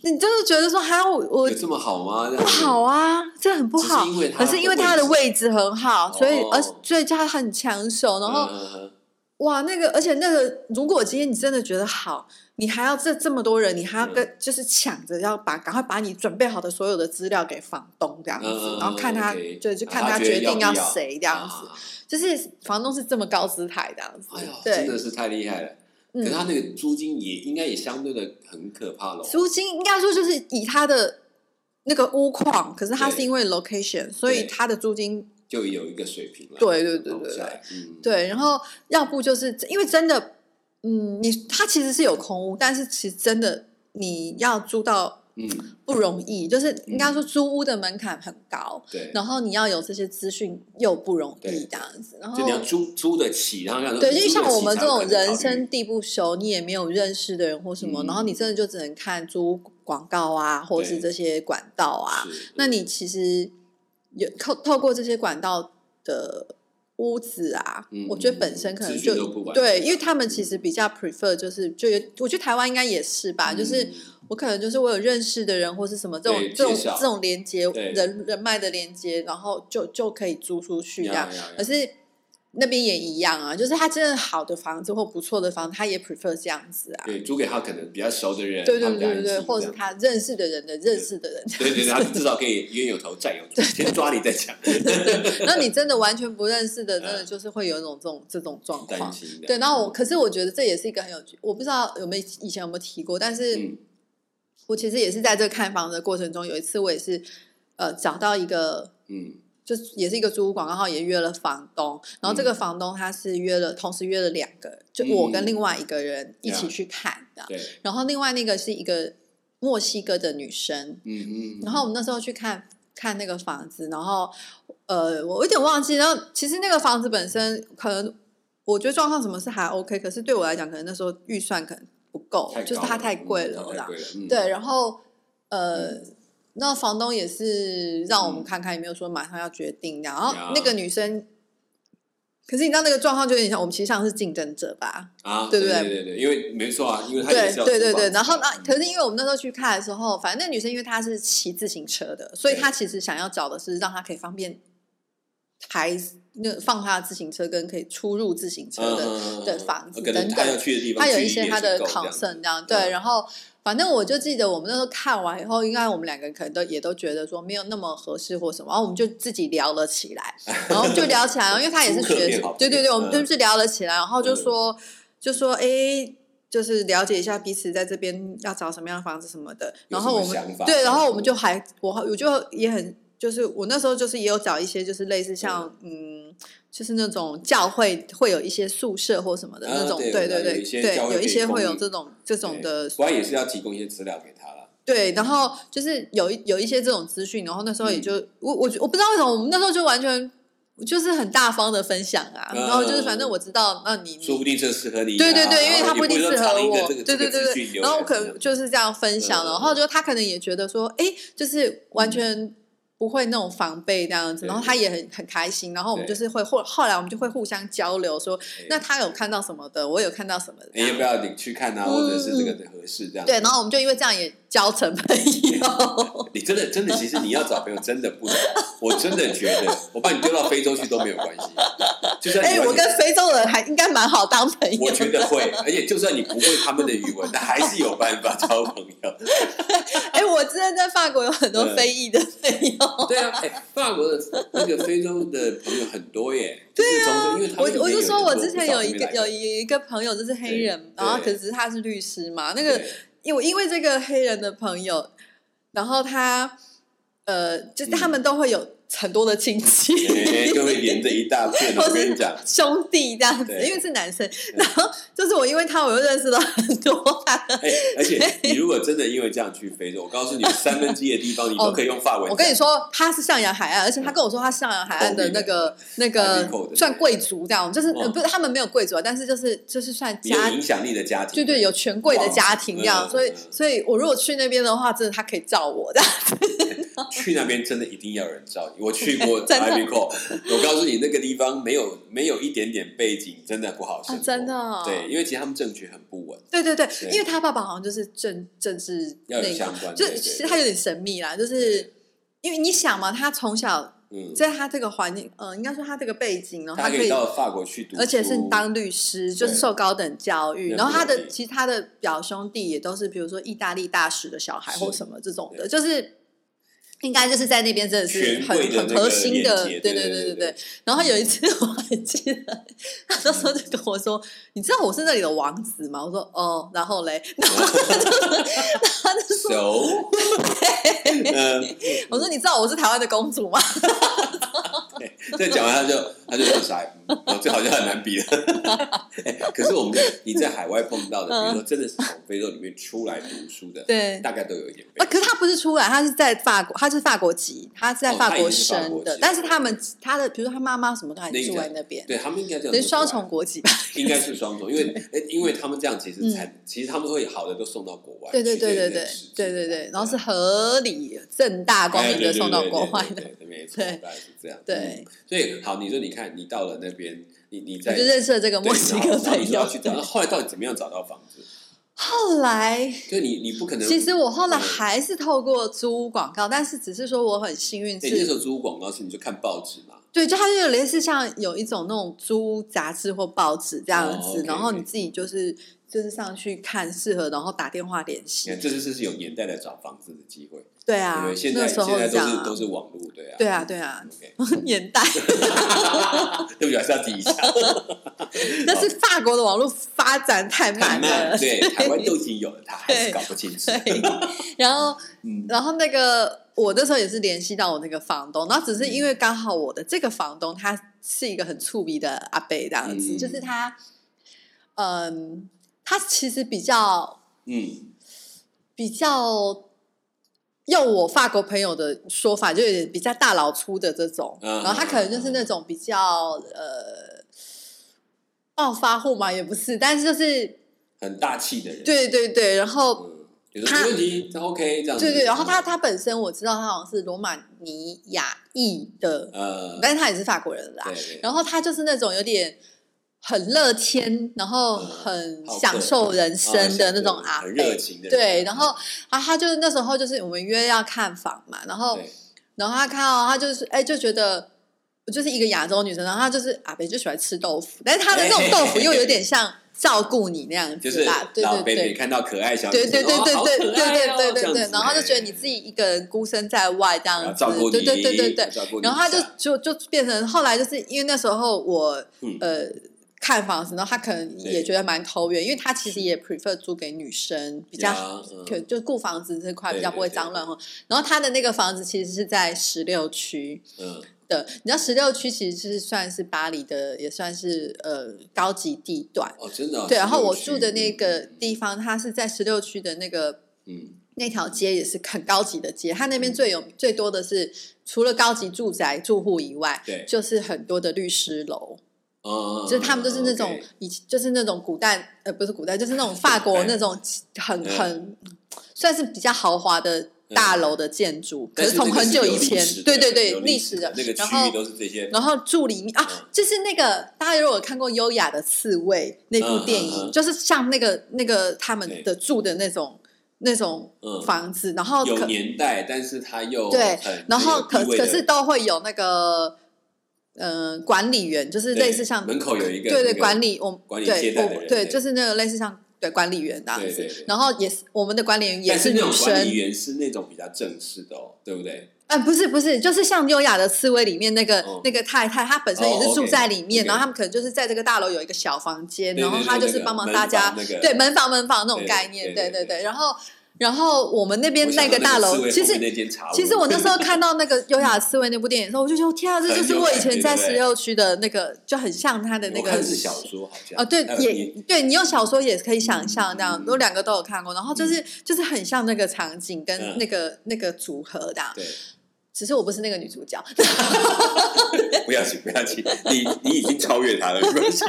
Speaker 2: 你就是觉得说哈，我我
Speaker 1: 有这么好吗？
Speaker 2: 不好啊，这很不
Speaker 1: 只是
Speaker 2: 好
Speaker 1: 因为。它
Speaker 2: 可是因为它的
Speaker 1: 的
Speaker 2: 位置很好，所以
Speaker 1: 哦
Speaker 2: 而所以它很抢手。
Speaker 1: 这
Speaker 2: 然
Speaker 1: 样子，
Speaker 2: 后
Speaker 1: 嗯嗯嗯
Speaker 2: 哇，那个而且那个，如果今天你真的觉得好，你还要这这么多人，你还要
Speaker 1: 嗯
Speaker 2: 跟就是抢着要把赶快把你准备好的所有的资料给房东这样
Speaker 1: 嗯嗯
Speaker 2: 子
Speaker 1: 嗯，
Speaker 2: 然后看他
Speaker 1: OK
Speaker 2: 对，就看
Speaker 1: 啊
Speaker 2: 他
Speaker 1: 他
Speaker 2: 决
Speaker 1: 要
Speaker 2: 定
Speaker 1: 不
Speaker 2: 要
Speaker 1: 要
Speaker 2: 谁这样子。
Speaker 1: 啊
Speaker 2: 就是房东是这么高姿态这样子
Speaker 1: 哎呦，，真的
Speaker 2: 对，
Speaker 1: 是太厉害了。可是
Speaker 2: 嗯。
Speaker 1: 他那个租金也应该也相对的很可怕喽。
Speaker 2: 租金应该说就是以它的那个屋况，可是它是
Speaker 1: 对
Speaker 2: 因为 location，所以
Speaker 1: 对
Speaker 2: 它的租金
Speaker 1: 就有一个水平了。
Speaker 2: 对对对
Speaker 1: 弄
Speaker 2: 对
Speaker 1: 下
Speaker 2: 对
Speaker 1: 来，嗯，
Speaker 2: 对，然后要不就是因为真的，嗯，你它其实是有空屋，但是其实真的你要租到
Speaker 1: 嗯，
Speaker 2: 不容易，就是应该说租屋的门槛很高，
Speaker 1: 对。
Speaker 2: 然后你要有这些资讯又不容易
Speaker 1: 对
Speaker 2: 这样子，然后
Speaker 1: 就你要租租得起，然后想说
Speaker 2: 对，因
Speaker 1: 租
Speaker 2: 为
Speaker 1: 得
Speaker 2: 像我
Speaker 1: 起
Speaker 2: 们
Speaker 1: 才
Speaker 2: 这
Speaker 1: 有
Speaker 2: 种
Speaker 1: 可能考
Speaker 2: 人
Speaker 1: 虑嗯
Speaker 2: 生地不熟，你也没有认识的人或什么，然后你真的就只能看租广告啊，或是
Speaker 1: 对
Speaker 2: 这些管道啊。
Speaker 1: 是嗯
Speaker 2: 那你其实有透透过这些管道的屋子啊，
Speaker 1: 嗯
Speaker 2: 我觉得本身可能
Speaker 1: 资讯
Speaker 2: 就
Speaker 1: 都不完整啊嗯
Speaker 2: 对，因为他们其实比较 prefer 就是就有，我觉得台湾应该也是吧，啊就是
Speaker 1: 嗯
Speaker 2: 我可能就是我有认识的人或是什么这种
Speaker 1: 对
Speaker 2: 这种
Speaker 1: 介绍
Speaker 2: 这种连接
Speaker 1: 对
Speaker 2: 人人脉的连接，然后就就可以租出去这
Speaker 1: 呀
Speaker 2: 样呃
Speaker 1: 呀。呀
Speaker 2: 可是那边也一样啊，就是他真的好的房子或不错的房子，他也 prefer 这样子啊。
Speaker 1: 对租给他可能比较熟的人，
Speaker 2: 对
Speaker 1: 他
Speaker 2: 对
Speaker 1: 比较
Speaker 2: 对对
Speaker 1: 安
Speaker 2: 对，
Speaker 1: 心这
Speaker 2: 或者是
Speaker 1: 样
Speaker 2: 他认识的人的认识的人。
Speaker 1: 对对，对他至少可以冤有头债有主，先抓你再讲，
Speaker 2: 那你真的完全不认识的，真的
Speaker 1: 嗯
Speaker 2: 就是会有一种这种这种状
Speaker 1: 担
Speaker 2: 况。
Speaker 1: 心的。
Speaker 2: 对，然后我可是我觉得这也是一个很有趣，我不知道有没有以前有没有提过，但是。
Speaker 1: 嗯
Speaker 2: 我其实也是在这个看房子的过程中，有一次我也是呃找到一个，
Speaker 1: 嗯
Speaker 2: 就是也是一个租屋广告号，也约了房东，然后这个房东他是约了，同时约了两个，就我跟
Speaker 1: 嗯
Speaker 2: 另外一个人一起
Speaker 1: 了
Speaker 2: 去看的，
Speaker 1: 对
Speaker 2: 然后另外那个是一个墨西哥的女生，
Speaker 1: 嗯嗯，
Speaker 2: 然后我们那时候去看看那个房子，然后呃，我有点忘记。然后其实那个房子本身可能我觉得状况什么是还 OK，可是对我来讲，可能那时候预算可能不够
Speaker 1: 太，
Speaker 2: 就是
Speaker 1: 高
Speaker 2: 它太贵
Speaker 1: 嗯
Speaker 2: 了
Speaker 1: 太
Speaker 2: 啦。
Speaker 1: 贵了，嗯
Speaker 2: 对，然后呃，那房东也是让我
Speaker 1: 嗯
Speaker 2: 们看看，也没有说马上要决定这样。然后那个女生，可是你知道那个状况就有点像我们其实像是竞争者吧？
Speaker 1: 啊，
Speaker 2: 对
Speaker 1: 对
Speaker 2: 对
Speaker 1: 对对对，因为没错啊，因为他也
Speaker 2: 对
Speaker 1: 是要
Speaker 2: 对对
Speaker 1: 租房
Speaker 2: 对，
Speaker 1: 子
Speaker 2: 然后呢？
Speaker 1: 嗯
Speaker 2: 可是因为我们那时候去看的时候，反正那女生因为她是骑自行车的，所以
Speaker 1: 对
Speaker 2: 她其实想要找的是让她可以方便抬那放她的自行车跟可以出入自行车的
Speaker 1: 嗯嗯嗯嗯
Speaker 2: 的房子
Speaker 1: 可能
Speaker 2: 等
Speaker 1: 他
Speaker 2: 等
Speaker 1: 要去的地方，
Speaker 2: 他有
Speaker 1: 距
Speaker 2: 一
Speaker 1: 离
Speaker 2: 些
Speaker 1: 也
Speaker 2: 他
Speaker 1: 是
Speaker 2: 的
Speaker 1: 够这样
Speaker 2: concern 这样，对，
Speaker 1: 嗯
Speaker 2: 然后反正我就记得我们那时候看完以后，应该我们两个可能都也都觉得说没有那么合适或什么，然后我们就自己聊了起 来，然后就聊起来，因为他也是
Speaker 1: 逐客
Speaker 2: 学
Speaker 1: 变
Speaker 2: 生
Speaker 1: 好，
Speaker 2: 对对对，
Speaker 1: 嗯
Speaker 2: 我们就是聊了起来，然后就说就说诶，就是了解一下彼此在这边要找什么样的房子什么的，然后
Speaker 1: 有
Speaker 2: 我
Speaker 1: 什么
Speaker 2: 们
Speaker 1: 想法嗯
Speaker 2: 对，然后我们就还我我就也很就是我那时候就是也有找一些就是类似像嗯就是那种教会会有一些宿舍或什么的
Speaker 1: 啊
Speaker 2: 那种，
Speaker 1: 对
Speaker 2: 对
Speaker 1: 我知道有
Speaker 2: 对
Speaker 1: 一些
Speaker 2: 对，
Speaker 1: 教会
Speaker 2: 有一
Speaker 1: 可以
Speaker 2: 些
Speaker 1: 供
Speaker 2: 会有
Speaker 1: 应
Speaker 2: 这种这种的
Speaker 1: 对，国外也是要提供一些资料给他了。
Speaker 2: 对，然后就是有一有一些这种资讯，然后那时候
Speaker 1: 嗯
Speaker 2: 也就、我我我不知道为什么我们那时候就完全就是很大方的分享啊，
Speaker 1: 嗯
Speaker 2: 然后就是反正我知道，那你
Speaker 1: 说不定这适合你啊、
Speaker 2: 对对对，因
Speaker 1: 然
Speaker 2: 为
Speaker 1: 后
Speaker 2: 他
Speaker 1: 你
Speaker 2: 不一定
Speaker 1: 说
Speaker 2: 适合
Speaker 1: 藏一个
Speaker 2: 我，
Speaker 1: 这个
Speaker 2: 对
Speaker 1: 这
Speaker 2: 对
Speaker 1: 个资
Speaker 2: 对
Speaker 1: 讯
Speaker 2: 对。
Speaker 1: 流
Speaker 2: 然后
Speaker 1: 来
Speaker 2: 我可能就是这样分享，
Speaker 1: 嗯
Speaker 2: 然后就他可能也觉得说，哎，就是完全不会那种防备这样子，
Speaker 1: 对
Speaker 2: 然后他也很很开心，然后我们就是会后后来我们就会互相交流说，那他有看到什么的，我有看到什么的，
Speaker 1: 你哎要不要你去看啊，
Speaker 2: 嗯
Speaker 1: 或者是这个合适这样？
Speaker 2: 对，然后我们就因为这样也交成朋友，
Speaker 1: 你真的真的，其实你要找朋友真的不 难，我真的觉得我把你丢到非洲去都没有关系，就 算你
Speaker 2: 哎，
Speaker 1: 完
Speaker 2: 我
Speaker 1: 全
Speaker 2: 跟非洲人还应该蛮好当朋友
Speaker 1: 我
Speaker 2: 的，
Speaker 1: 觉得会，而且就算你不会他们的语文，但还是有办法交朋 友。
Speaker 2: 哎，我之前在法国有
Speaker 1: 嗯
Speaker 2: 很多非裔的朋友。
Speaker 1: 对啊，哎、法国的那个非洲的朋友很多耶。对啊，因为他
Speaker 2: 我
Speaker 1: 们
Speaker 2: 我
Speaker 1: 里面
Speaker 2: 就说，我
Speaker 1: 很多
Speaker 2: 之前
Speaker 1: 不少
Speaker 2: 有一个
Speaker 1: 那边来
Speaker 2: 有
Speaker 1: 的
Speaker 2: 一个朋友就是黑人，
Speaker 1: 对
Speaker 2: 然后可
Speaker 1: 对
Speaker 2: 是他是律师嘛，那个
Speaker 1: 对
Speaker 2: 因为因为这个黑人的朋友，然后他呃，就是他
Speaker 1: 嗯
Speaker 2: 们都会有很多的亲戚，
Speaker 1: 哎就会连着一大片。
Speaker 2: 或
Speaker 1: 我
Speaker 2: 是
Speaker 1: 跟你 讲，
Speaker 2: 兄弟这样子，
Speaker 1: 对
Speaker 2: 因为是男生，然后就是我因为他，我又认识了很多他的
Speaker 1: 哎、而且你如果真的因为这样去非洲，我告诉你，三分之一的地方你都可以用法文讲。
Speaker 2: 我跟你说，他是向阳海
Speaker 1: 嗯
Speaker 2: 岸，而且他跟我说他向阳海岸的那个那
Speaker 1: 海
Speaker 2: 个
Speaker 1: 利口的
Speaker 2: 算贵族这样，就是、呃
Speaker 1: 嗯
Speaker 2: 不是他们没有贵族啊，但是就是就是算
Speaker 1: 你有
Speaker 2: 家。
Speaker 1: 影响力的家庭，
Speaker 2: 对对，有权贵的家庭这样，
Speaker 1: 嗯
Speaker 2: 所以
Speaker 1: 嗯
Speaker 2: 所以我如果去那边的话，真的他可以照我的。
Speaker 1: 去那边真的一定要有人照你。我去过
Speaker 2: 真的
Speaker 1: Ivy c o 我告诉你，那个地方没有没有一点点背景，真的不好生活。
Speaker 2: 啊真的哦
Speaker 1: 对，因为其实他们政局很不稳，
Speaker 2: 对对对，
Speaker 1: 对
Speaker 2: 因为他爸爸好像就是政政治
Speaker 1: 要有
Speaker 2: 那
Speaker 1: 相
Speaker 2: 个，
Speaker 1: 关的。
Speaker 2: 就
Speaker 1: 对
Speaker 2: 其实
Speaker 1: 对
Speaker 2: 他有点神秘啦，就是因为你想嘛，他从小
Speaker 1: 嗯，
Speaker 2: 在他这个环境，呃，应该说他这个背景，然后
Speaker 1: 他可
Speaker 2: 可
Speaker 1: 以
Speaker 2: 以，
Speaker 1: 到法国去读书，
Speaker 2: 而且是 当律师，就是受高等教育。
Speaker 1: 对
Speaker 2: 然后他
Speaker 1: 那不
Speaker 2: 的
Speaker 1: 容易
Speaker 2: 其实他的表兄弟也都是，比如说意大利大使的小孩
Speaker 1: 是
Speaker 2: 或什么这种的，
Speaker 1: 对
Speaker 2: 就是。应该就是在那边真的是
Speaker 1: 权
Speaker 2: 很
Speaker 1: 贵的
Speaker 2: 很
Speaker 1: 那个
Speaker 2: 核心的，
Speaker 1: 连接
Speaker 2: 对
Speaker 1: 对对
Speaker 2: 对
Speaker 1: 对嗯
Speaker 2: 对
Speaker 1: 对。
Speaker 2: 然后有一次我还记得，他那时候就跟我说：“你知道我是那里的王子吗？”我说：“哦。”然后嘞，然后他就说：“
Speaker 1: 熟。嗯，
Speaker 2: 我说你知道我是台湾的公主吗？
Speaker 1: 这讲完他就他就说啥，嗯哦，这好像很难比了。 哎可是我们你在海外碰到的，比如说真的是从非洲里面出来读书的，
Speaker 2: 嗯对
Speaker 1: 大概都有一点背景。
Speaker 2: 啊，可是他不是出来，他是在法国，他是法国籍，他是在
Speaker 1: 哦
Speaker 2: 法
Speaker 1: 他已
Speaker 2: 国
Speaker 1: 经是法
Speaker 2: 生
Speaker 1: 国
Speaker 2: 的，
Speaker 1: 籍
Speaker 2: 但
Speaker 1: 了
Speaker 2: 是他们他的，比如说他妈妈什么都还
Speaker 1: 那个
Speaker 2: 住在
Speaker 1: 叫
Speaker 2: 那边，
Speaker 1: 对他们应该叫
Speaker 2: 等于双重国 籍吧？
Speaker 1: 应该是双重，因为哎，因为他们这样其实才，其实他们会好的都送到国外去，
Speaker 2: 嗯对对
Speaker 1: 这
Speaker 2: 对对对
Speaker 1: 也是
Speaker 2: 对对对，然后是合理正大光
Speaker 1: 哎
Speaker 2: 明
Speaker 1: 对
Speaker 2: 的
Speaker 1: 对
Speaker 2: 送到
Speaker 1: 对
Speaker 2: 国
Speaker 1: 对
Speaker 2: 外
Speaker 1: 对
Speaker 2: 的，
Speaker 1: 对对没错，
Speaker 2: 对
Speaker 1: 大概是这样。
Speaker 2: 对
Speaker 1: 嗯，所以好，你说你看，你到了那边，你你
Speaker 2: 我
Speaker 1: 在
Speaker 2: 就认识了这个
Speaker 1: 对
Speaker 2: 墨西
Speaker 1: 然
Speaker 2: 哥
Speaker 1: 后然后你
Speaker 2: 朋
Speaker 1: 说
Speaker 2: 友
Speaker 1: 要去。找，那后来到底怎么样找到房子？
Speaker 2: 后来
Speaker 1: 就你你不可能，
Speaker 2: 其实我后来
Speaker 1: 嗯
Speaker 2: 还是透过租广告，但是只是说我很幸运
Speaker 1: 哎那时
Speaker 2: 是，
Speaker 1: 候租广告是你就看报纸嘛，
Speaker 2: 对，就它就有类似像有一种那种租杂志或报纸这样
Speaker 1: 哦
Speaker 2: 子，
Speaker 1: ，OK，
Speaker 2: 然后你
Speaker 1: OK
Speaker 2: 自己就是就是上去看适合，然后打电话联
Speaker 1: 你
Speaker 2: 系
Speaker 1: 哎看。这就是是有年代的找房子的机会，
Speaker 2: 对
Speaker 1: 对不
Speaker 2: 嗯啊
Speaker 1: 对？，现
Speaker 2: 那
Speaker 1: 在
Speaker 2: 时
Speaker 1: 现
Speaker 2: 候
Speaker 1: 在
Speaker 2: 这
Speaker 1: 都
Speaker 2: 样
Speaker 1: 是
Speaker 2: 啊
Speaker 1: 都，是网络，对啊，
Speaker 2: 对啊，对啊，
Speaker 1: OK，
Speaker 2: 年代。
Speaker 1: 对不起，还是要提一下，
Speaker 2: 但是法国的网络发展 太
Speaker 1: 哦太
Speaker 2: 慢了
Speaker 1: 慢，， 对，台湾都已经有了，他还是搞不清楚，
Speaker 2: 对。然后，
Speaker 1: 嗯，
Speaker 2: 然后那个我那时候也是联系到我那个房东，然后只是因为刚好我的这个房东他是一个很触鼻的阿贝这样子，
Speaker 1: 嗯
Speaker 2: 就是他，嗯，他其实比较
Speaker 1: 嗯，
Speaker 2: 比较。用我法国朋友的说法，就有点比较大老粗的这种，
Speaker 1: 嗯
Speaker 2: 然后他可能就是那种比较呃暴发户嘛，也不是，但是就是
Speaker 1: 很大气的人，，
Speaker 2: 对对对，然后
Speaker 1: 嗯，就是没问题，这 OK，这样子，
Speaker 2: 对对，然后他
Speaker 1: 嗯
Speaker 2: 他本身我知道他好像是罗马尼亚裔的，
Speaker 1: 呃，
Speaker 2: 但是他也是法国人啦。
Speaker 1: 对对，
Speaker 2: 然后他就是那种有点很乐天，然后很
Speaker 1: 嗯好客
Speaker 2: 享受人生的那种
Speaker 1: 啊
Speaker 2: 阿
Speaker 1: 很热
Speaker 2: 贝。
Speaker 1: 情的人，嗯
Speaker 2: 对，然后啊，他就是那时候就是我们约要看房嘛，然后
Speaker 1: 对
Speaker 2: 然后他看到他就是哎就觉得。我就是一个亚洲女生，然后她就是阿北就喜欢吃豆腐，但是她的那种豆腐又有点像照顾你那样
Speaker 1: 就
Speaker 2: 子
Speaker 1: 是
Speaker 2: 啦，对
Speaker 1: 老
Speaker 2: 对
Speaker 1: 贝
Speaker 2: 对
Speaker 1: 贝，看到可爱小女
Speaker 2: 对
Speaker 1: 生
Speaker 2: 对对
Speaker 1: 哦
Speaker 2: 对
Speaker 1: 好
Speaker 2: 对对
Speaker 1: 可爱哦
Speaker 2: 对对
Speaker 1: 这
Speaker 2: 对
Speaker 1: 样子
Speaker 2: 对，
Speaker 1: 哎
Speaker 2: 然后就觉得你自己一个人孤身在外这
Speaker 1: 要
Speaker 2: 样子
Speaker 1: 照顾，你，
Speaker 2: 对对对对
Speaker 1: 要
Speaker 2: 对。
Speaker 1: 照顾你一下
Speaker 2: 然后他就就就变成后来就是因为那时候我
Speaker 1: 嗯
Speaker 2: 呃看房子，然后他可能也
Speaker 1: 对
Speaker 2: 觉得蛮投缘，因为他其实也 prefer 租给女生比较。
Speaker 1: 呀嗯
Speaker 2: 可就顾房子这块比
Speaker 1: 对
Speaker 2: 较
Speaker 1: 对
Speaker 2: 不会
Speaker 1: 对
Speaker 2: 脏
Speaker 1: 对
Speaker 2: 乱哈，然后他的那个房子其实是在十六区
Speaker 1: 嗯
Speaker 2: 的，你知道十六区其实是算是巴黎的，也算是呃高级地段，
Speaker 1: 哦真的哦
Speaker 2: 对，然后
Speaker 1: 16
Speaker 2: 我
Speaker 1: 区
Speaker 2: 住的那个地方，它是在十六区的那个
Speaker 1: 嗯
Speaker 2: 那条街，也是很高级的街。它那边最有最多的是，除了高级住宅住户以外，
Speaker 1: 对
Speaker 2: 就是很多的律师楼，
Speaker 1: 嗯，
Speaker 2: 就是他们就是那种
Speaker 1: OK
Speaker 2: 以就是那种古代呃不是古代，就是那种法
Speaker 1: 古
Speaker 2: 国
Speaker 1: 代
Speaker 2: 那种很
Speaker 1: 嗯
Speaker 2: 很算是比较豪华的大楼的建筑，可
Speaker 1: 但
Speaker 2: 从
Speaker 1: 嗯这个
Speaker 2: 很久
Speaker 1: 有
Speaker 2: 以
Speaker 1: 历
Speaker 2: 前
Speaker 1: 史，的
Speaker 2: 对对对
Speaker 1: 有，
Speaker 2: 历
Speaker 1: 历
Speaker 2: 史
Speaker 1: 的
Speaker 2: 的
Speaker 1: 那个，区
Speaker 2: 然后
Speaker 1: 域都是这些。
Speaker 2: 然后住里面啊
Speaker 1: 嗯，
Speaker 2: 就是那个大家如果有看过《优雅的刺猬》那部电
Speaker 1: 嗯嗯
Speaker 2: 影，
Speaker 1: 嗯
Speaker 2: 就是像那个那个他们的住的那种那种
Speaker 1: 嗯
Speaker 2: 房子，然后
Speaker 1: 有
Speaker 2: 可
Speaker 1: 年代，但是它又
Speaker 2: 对
Speaker 1: 很
Speaker 2: 然后
Speaker 1: 有
Speaker 2: 可
Speaker 1: 地位
Speaker 2: 可
Speaker 1: 的
Speaker 2: 是都会有那个呃管理员，就是
Speaker 1: 对
Speaker 2: 类似像
Speaker 1: 门口有一个
Speaker 2: 对
Speaker 1: 那
Speaker 2: 对
Speaker 1: 个
Speaker 2: 管理我们
Speaker 1: 管理接
Speaker 2: 对
Speaker 1: 待的
Speaker 2: 我
Speaker 1: 人
Speaker 2: 对
Speaker 1: 对
Speaker 2: 就是那个类似像对管理员这样
Speaker 1: 对
Speaker 2: 子
Speaker 1: 对对，
Speaker 2: 然后也是我们的管理员也
Speaker 1: 但是那
Speaker 2: 女
Speaker 1: 种管理
Speaker 2: 生。
Speaker 1: 员是那种比较正式的哦，对不对？
Speaker 2: 哎，不是不是，就是像《优雅的刺猬》里面那个、
Speaker 1: 哦
Speaker 2: 那个太太，她本身也
Speaker 1: 哦
Speaker 2: 是
Speaker 1: ，OK，
Speaker 2: 住在里面，
Speaker 1: OK
Speaker 2: 然后他们可能就是在这个大楼有一个小房间，
Speaker 1: 对
Speaker 2: 然后
Speaker 1: 对对
Speaker 2: 她就
Speaker 1: 那
Speaker 2: 是
Speaker 1: 个
Speaker 2: 帮忙
Speaker 1: 门
Speaker 2: 大家
Speaker 1: 房那个
Speaker 2: 对门房门房那种
Speaker 1: 对
Speaker 2: 概念，
Speaker 1: 对
Speaker 2: 对
Speaker 1: 对
Speaker 2: 对
Speaker 1: 对
Speaker 2: 对。然后然后我们那边
Speaker 1: 我想到
Speaker 2: 个大
Speaker 1: 刺
Speaker 2: 楼
Speaker 1: 猬
Speaker 2: 其
Speaker 1: 后
Speaker 2: 实
Speaker 1: 面那间茶屋
Speaker 2: 其实我那 时候看到那个《优雅的刺猬》那部电影的时候，我就说：天啊，这
Speaker 1: 很
Speaker 2: 就是
Speaker 1: 有
Speaker 2: 我以
Speaker 1: 感
Speaker 2: 前
Speaker 1: 觉对
Speaker 2: 在
Speaker 1: 不
Speaker 2: 十
Speaker 1: 对
Speaker 2: 六区的那个，就很像 他的那
Speaker 1: 我
Speaker 2: 个
Speaker 1: 看是小说好像
Speaker 2: 啊，对，
Speaker 1: 呃
Speaker 2: 也对你用小说也可以想象这样，
Speaker 1: 嗯
Speaker 2: 我两个都有看过，然后就是就是很像那个场景跟
Speaker 1: 嗯
Speaker 2: 那个那个组合的啊，
Speaker 1: 对，
Speaker 2: 只是我不是那个女主角，
Speaker 1: 不要紧不要紧，你你已经超越他了，没关系。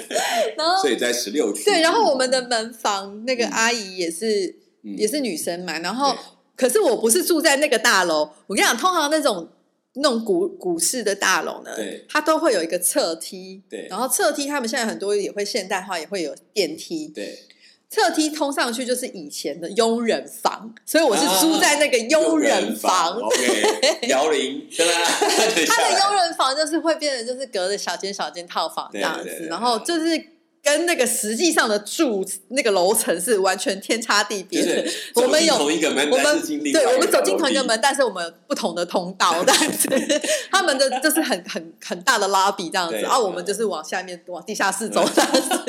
Speaker 2: 然后
Speaker 1: 所以在十六区，
Speaker 2: 对，然后我们的门房那个
Speaker 1: 嗯
Speaker 2: 阿姨也是
Speaker 1: 嗯
Speaker 2: 也是女生嘛，然后
Speaker 1: 对
Speaker 2: 可是我不是住在那个大楼，我跟你讲，通常那种那种古古式的大楼呢
Speaker 1: 对，
Speaker 2: 它都会有一个侧梯，
Speaker 1: 对
Speaker 2: 然后侧梯他们现在很多也会现代化，也会有电梯，
Speaker 1: 对
Speaker 2: 侧梯通上去就是以前的佣人房，所以我是
Speaker 1: 啊
Speaker 2: 住在那个佣人房。
Speaker 1: ，OK，摇 铃对吧？
Speaker 2: 它的佣
Speaker 1: 人
Speaker 2: 人房就是会变成就是隔着小间小间套房这样子，
Speaker 1: 对对对对嗯
Speaker 2: 然后就是跟那个实际上的住那个楼层是完全天差地别
Speaker 1: 就
Speaker 2: 的。
Speaker 1: 是
Speaker 2: 我们有
Speaker 1: 走进同一个门，
Speaker 2: 我
Speaker 1: 但
Speaker 2: 们
Speaker 1: 是进另外
Speaker 2: 对，我
Speaker 1: 一
Speaker 2: 们
Speaker 1: 个
Speaker 2: 走进同一个
Speaker 1: 楼梯
Speaker 2: 门，但是我们有不同的通道，这样子， 他们的就是很很很大的拉比这样子，
Speaker 1: 对
Speaker 2: 啊，我们就是往下面往地下室走
Speaker 1: 嗯
Speaker 2: 这样子，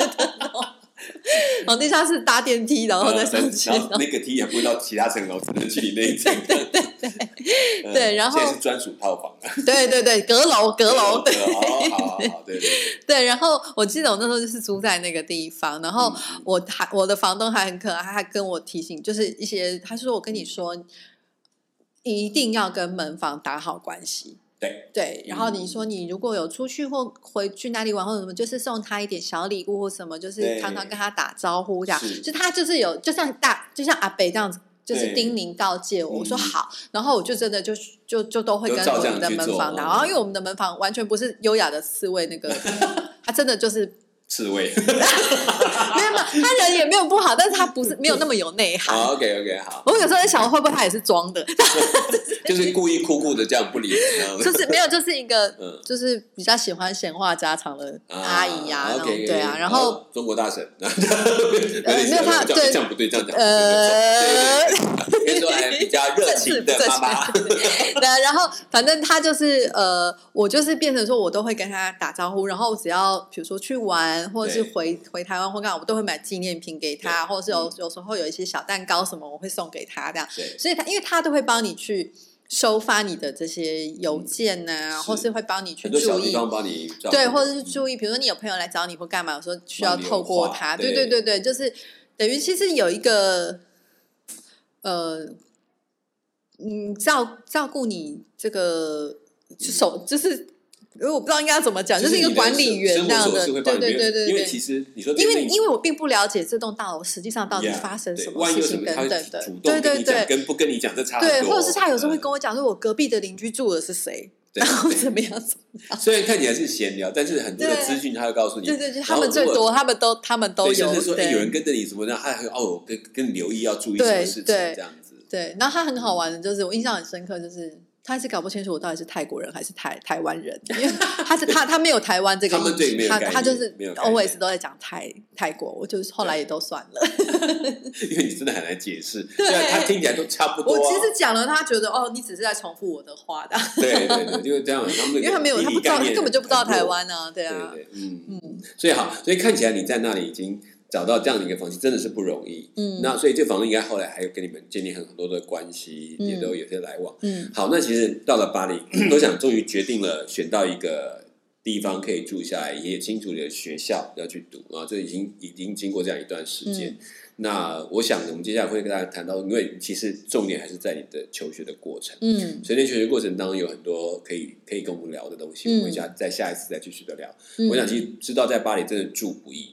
Speaker 2: 往地下室搭电梯，然后再上去，
Speaker 1: 然
Speaker 2: 然
Speaker 1: 后
Speaker 2: 后
Speaker 1: 那个梯也不会到其他层楼，只能去你那一层。对对对
Speaker 2: 对然后
Speaker 1: 现在是专属套房，
Speaker 2: 对对对，阁楼阁楼，对
Speaker 1: 对，哦好好好，对对对，
Speaker 2: 对，然后我记得我那时候就是租在那个地方，然后我还我的房东还很可爱，他还跟我提醒，就是一些他说我跟你说，你一定要跟门房打好关系。
Speaker 1: 对
Speaker 2: 对，然后你说你如果有出去或回去哪里玩或者什么，就是送他一点小礼物或什么，就是
Speaker 1: 对
Speaker 2: 常常跟他打招呼这样。
Speaker 1: 是
Speaker 2: 就他就是有，就像大就像阿北这样子。就是
Speaker 1: 对
Speaker 2: 叮咛告诫我，我说
Speaker 1: 嗯
Speaker 2: 好，然后我就真的就就就都会
Speaker 1: 就
Speaker 2: 跟
Speaker 1: 照
Speaker 2: 我
Speaker 1: 这样
Speaker 2: 们的
Speaker 1: 去
Speaker 2: 门
Speaker 1: 做
Speaker 2: 房打，
Speaker 1: 嗯
Speaker 2: 然后因为我们的门房完全不是优雅的刺 猬那个，他真的就是
Speaker 1: 刺猬。
Speaker 2: 没有没有，他人也没有不好，但是他不是没有那么有内涵。
Speaker 1: 好，OK OK，好，
Speaker 2: 我有时候在想，会不会他也是装的，
Speaker 1: 就是故意酷酷的这样不理人这样子，
Speaker 2: 就是没有，就是一个
Speaker 1: 嗯
Speaker 2: 就是比较喜欢闲话家常的阿姨啊，那种
Speaker 1: OK，OK，
Speaker 2: 对啊，然后。
Speaker 1: 中国大神，呃，
Speaker 2: 没有他对
Speaker 1: 这样不对，这样讲不对，
Speaker 2: 呃，
Speaker 1: 跟说哎比较热情的妈妈，
Speaker 2: 对，然后反正他就是呃，我就是变成说我都会跟他打招呼，然后只要比如说去玩，或者是
Speaker 1: 对
Speaker 2: 回回台湾或干嘛，我都会买纪念品给他，或者是有
Speaker 1: 嗯
Speaker 2: 有时候有一些小蛋糕什么，我会送给他这样。
Speaker 1: 对，
Speaker 2: 所以他因为他都会帮你去收发你的这些邮件呐、
Speaker 1: 嗯是
Speaker 2: 或是会帮你去
Speaker 1: 很多小
Speaker 2: 注
Speaker 1: 地
Speaker 2: 意。
Speaker 1: 方帮你照顾
Speaker 2: 对，或者是注意，比如说你有朋友来找你或干嘛，有时候需要
Speaker 1: 帮你
Speaker 2: 透过
Speaker 1: 有话
Speaker 2: 他。对
Speaker 1: 对
Speaker 2: 对对对，就是等于其实有一个呃，嗯，照照顾你这个就手，就是因为我不知道应该怎么讲，就是一个
Speaker 1: 你的
Speaker 2: 管理员
Speaker 1: 生
Speaker 2: 那
Speaker 1: 活琐事
Speaker 2: 样的。对
Speaker 1: 会帮
Speaker 2: 对
Speaker 1: 你
Speaker 2: 对
Speaker 1: 面
Speaker 2: 对
Speaker 1: 因
Speaker 2: 对，
Speaker 1: 为其实你说
Speaker 2: 因为
Speaker 1: 电竞
Speaker 2: 因为我并不了解这栋大楼实际上到底
Speaker 1: Yeah，
Speaker 2: 发生
Speaker 1: 对
Speaker 2: 什么
Speaker 1: 万一
Speaker 2: 事
Speaker 1: 有什
Speaker 2: 情
Speaker 1: 么
Speaker 2: 等
Speaker 1: 他会
Speaker 2: 等的
Speaker 1: 主，动
Speaker 2: 对
Speaker 1: 跟
Speaker 2: 对
Speaker 1: 你讲，
Speaker 2: 对。
Speaker 1: 跟不跟你讲这差很
Speaker 2: 对，
Speaker 1: 多
Speaker 2: 或者是他有时候会跟
Speaker 1: 我，
Speaker 2: 我讲说，我隔壁的邻居住的是谁，
Speaker 1: 对
Speaker 2: 然后怎么样怎么样。
Speaker 1: 虽啊然看起来是闲聊，但是很多的资讯他会告诉你，
Speaker 2: 对对，就是
Speaker 1: 然
Speaker 2: 他
Speaker 1: 后
Speaker 2: 们最
Speaker 1: 如果
Speaker 2: 多，他们都他们都
Speaker 1: 对
Speaker 2: 有
Speaker 1: 甚至说哎有人
Speaker 2: 对
Speaker 1: 跟着你什么，然后他还会哦，我跟跟你留意要注意
Speaker 2: 对
Speaker 1: 什么事情
Speaker 2: 对
Speaker 1: 这样子，
Speaker 2: 对。然后他很好玩的，就是我印象很深刻，就是他一直搞不清楚我到底是泰国人还是台台湾人，因为他是他他没有台湾这个
Speaker 1: 他们
Speaker 2: 意
Speaker 1: 对
Speaker 2: 识
Speaker 1: 没有
Speaker 2: 他
Speaker 1: 概
Speaker 2: 他就
Speaker 1: 念
Speaker 2: 是
Speaker 1: 没有概
Speaker 2: always
Speaker 1: 念
Speaker 2: 都在讲泰泰国，我就是后来也都算了。
Speaker 1: 因为你真的很难解释，虽然他听起来都差不多
Speaker 2: 我
Speaker 1: 啊，
Speaker 2: 其实讲了，他觉得哦，你只是在重复我的话的，
Speaker 1: 对对对，就是这样，他们
Speaker 2: 因为他没有他不知道，他根本就不知道台湾啊，对
Speaker 1: 对
Speaker 2: 啊，
Speaker 1: 对，嗯，
Speaker 2: 嗯
Speaker 1: 所以好，所以看起来你在那里已经找到这样的一个房间，真的是不容易。
Speaker 2: 嗯
Speaker 1: 那所以这房东应该后来还有跟你们建立很很多的关系，
Speaker 2: 嗯
Speaker 1: 也都有些来往。
Speaker 2: 嗯。
Speaker 1: 好，那其实到了巴 黎，我想终于决定了选到一个地方可以住下来，也清楚你的学校要去读啊，这已经已经经过这样一段时间。
Speaker 2: 嗯
Speaker 1: 那我想我们接下来会跟大家谈到，因为其实重点还是在你的求学的过程。
Speaker 2: 嗯
Speaker 1: 所以在求学过程当中有很多可以可以跟我们聊的东西，
Speaker 2: 嗯
Speaker 1: 我们下在下一次再继续的聊。
Speaker 2: 嗯
Speaker 1: 我想其实知道在巴黎真的住不易，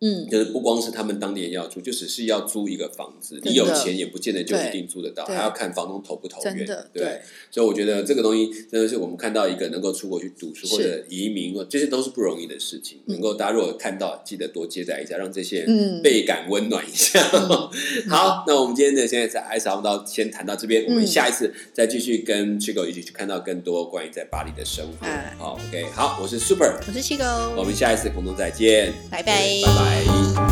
Speaker 2: 嗯，
Speaker 1: 就是不光是他们当地人要租，就只是要租一个房子，
Speaker 2: 的
Speaker 1: 你有钱也不见得就一
Speaker 2: 对
Speaker 1: 定租得到，
Speaker 2: 对
Speaker 1: 还要看房东投不投
Speaker 2: 真
Speaker 1: 愿
Speaker 2: 的，
Speaker 1: 对。所以我觉得这个东西真的是我们看到一个能够出国去读书
Speaker 2: 是
Speaker 1: 或者移民，这些都是不容易的事情。
Speaker 2: 嗯
Speaker 1: 能够大家如果看到，记得多接待一下，让这些
Speaker 2: 嗯
Speaker 1: 人倍感温暖一下。
Speaker 2: 嗯
Speaker 1: 好，那我们今天的现在在 i 莎到先谈到这边，我们
Speaker 2: 嗯
Speaker 1: 下一次再继续跟 Chico 一起去看到更多关于在巴黎的生活。
Speaker 2: 哎
Speaker 1: 好，OK，好，我是 Super，
Speaker 2: 哦我是七狗，
Speaker 1: 我们下一次空中再见，
Speaker 2: 拜拜
Speaker 1: 拜拜。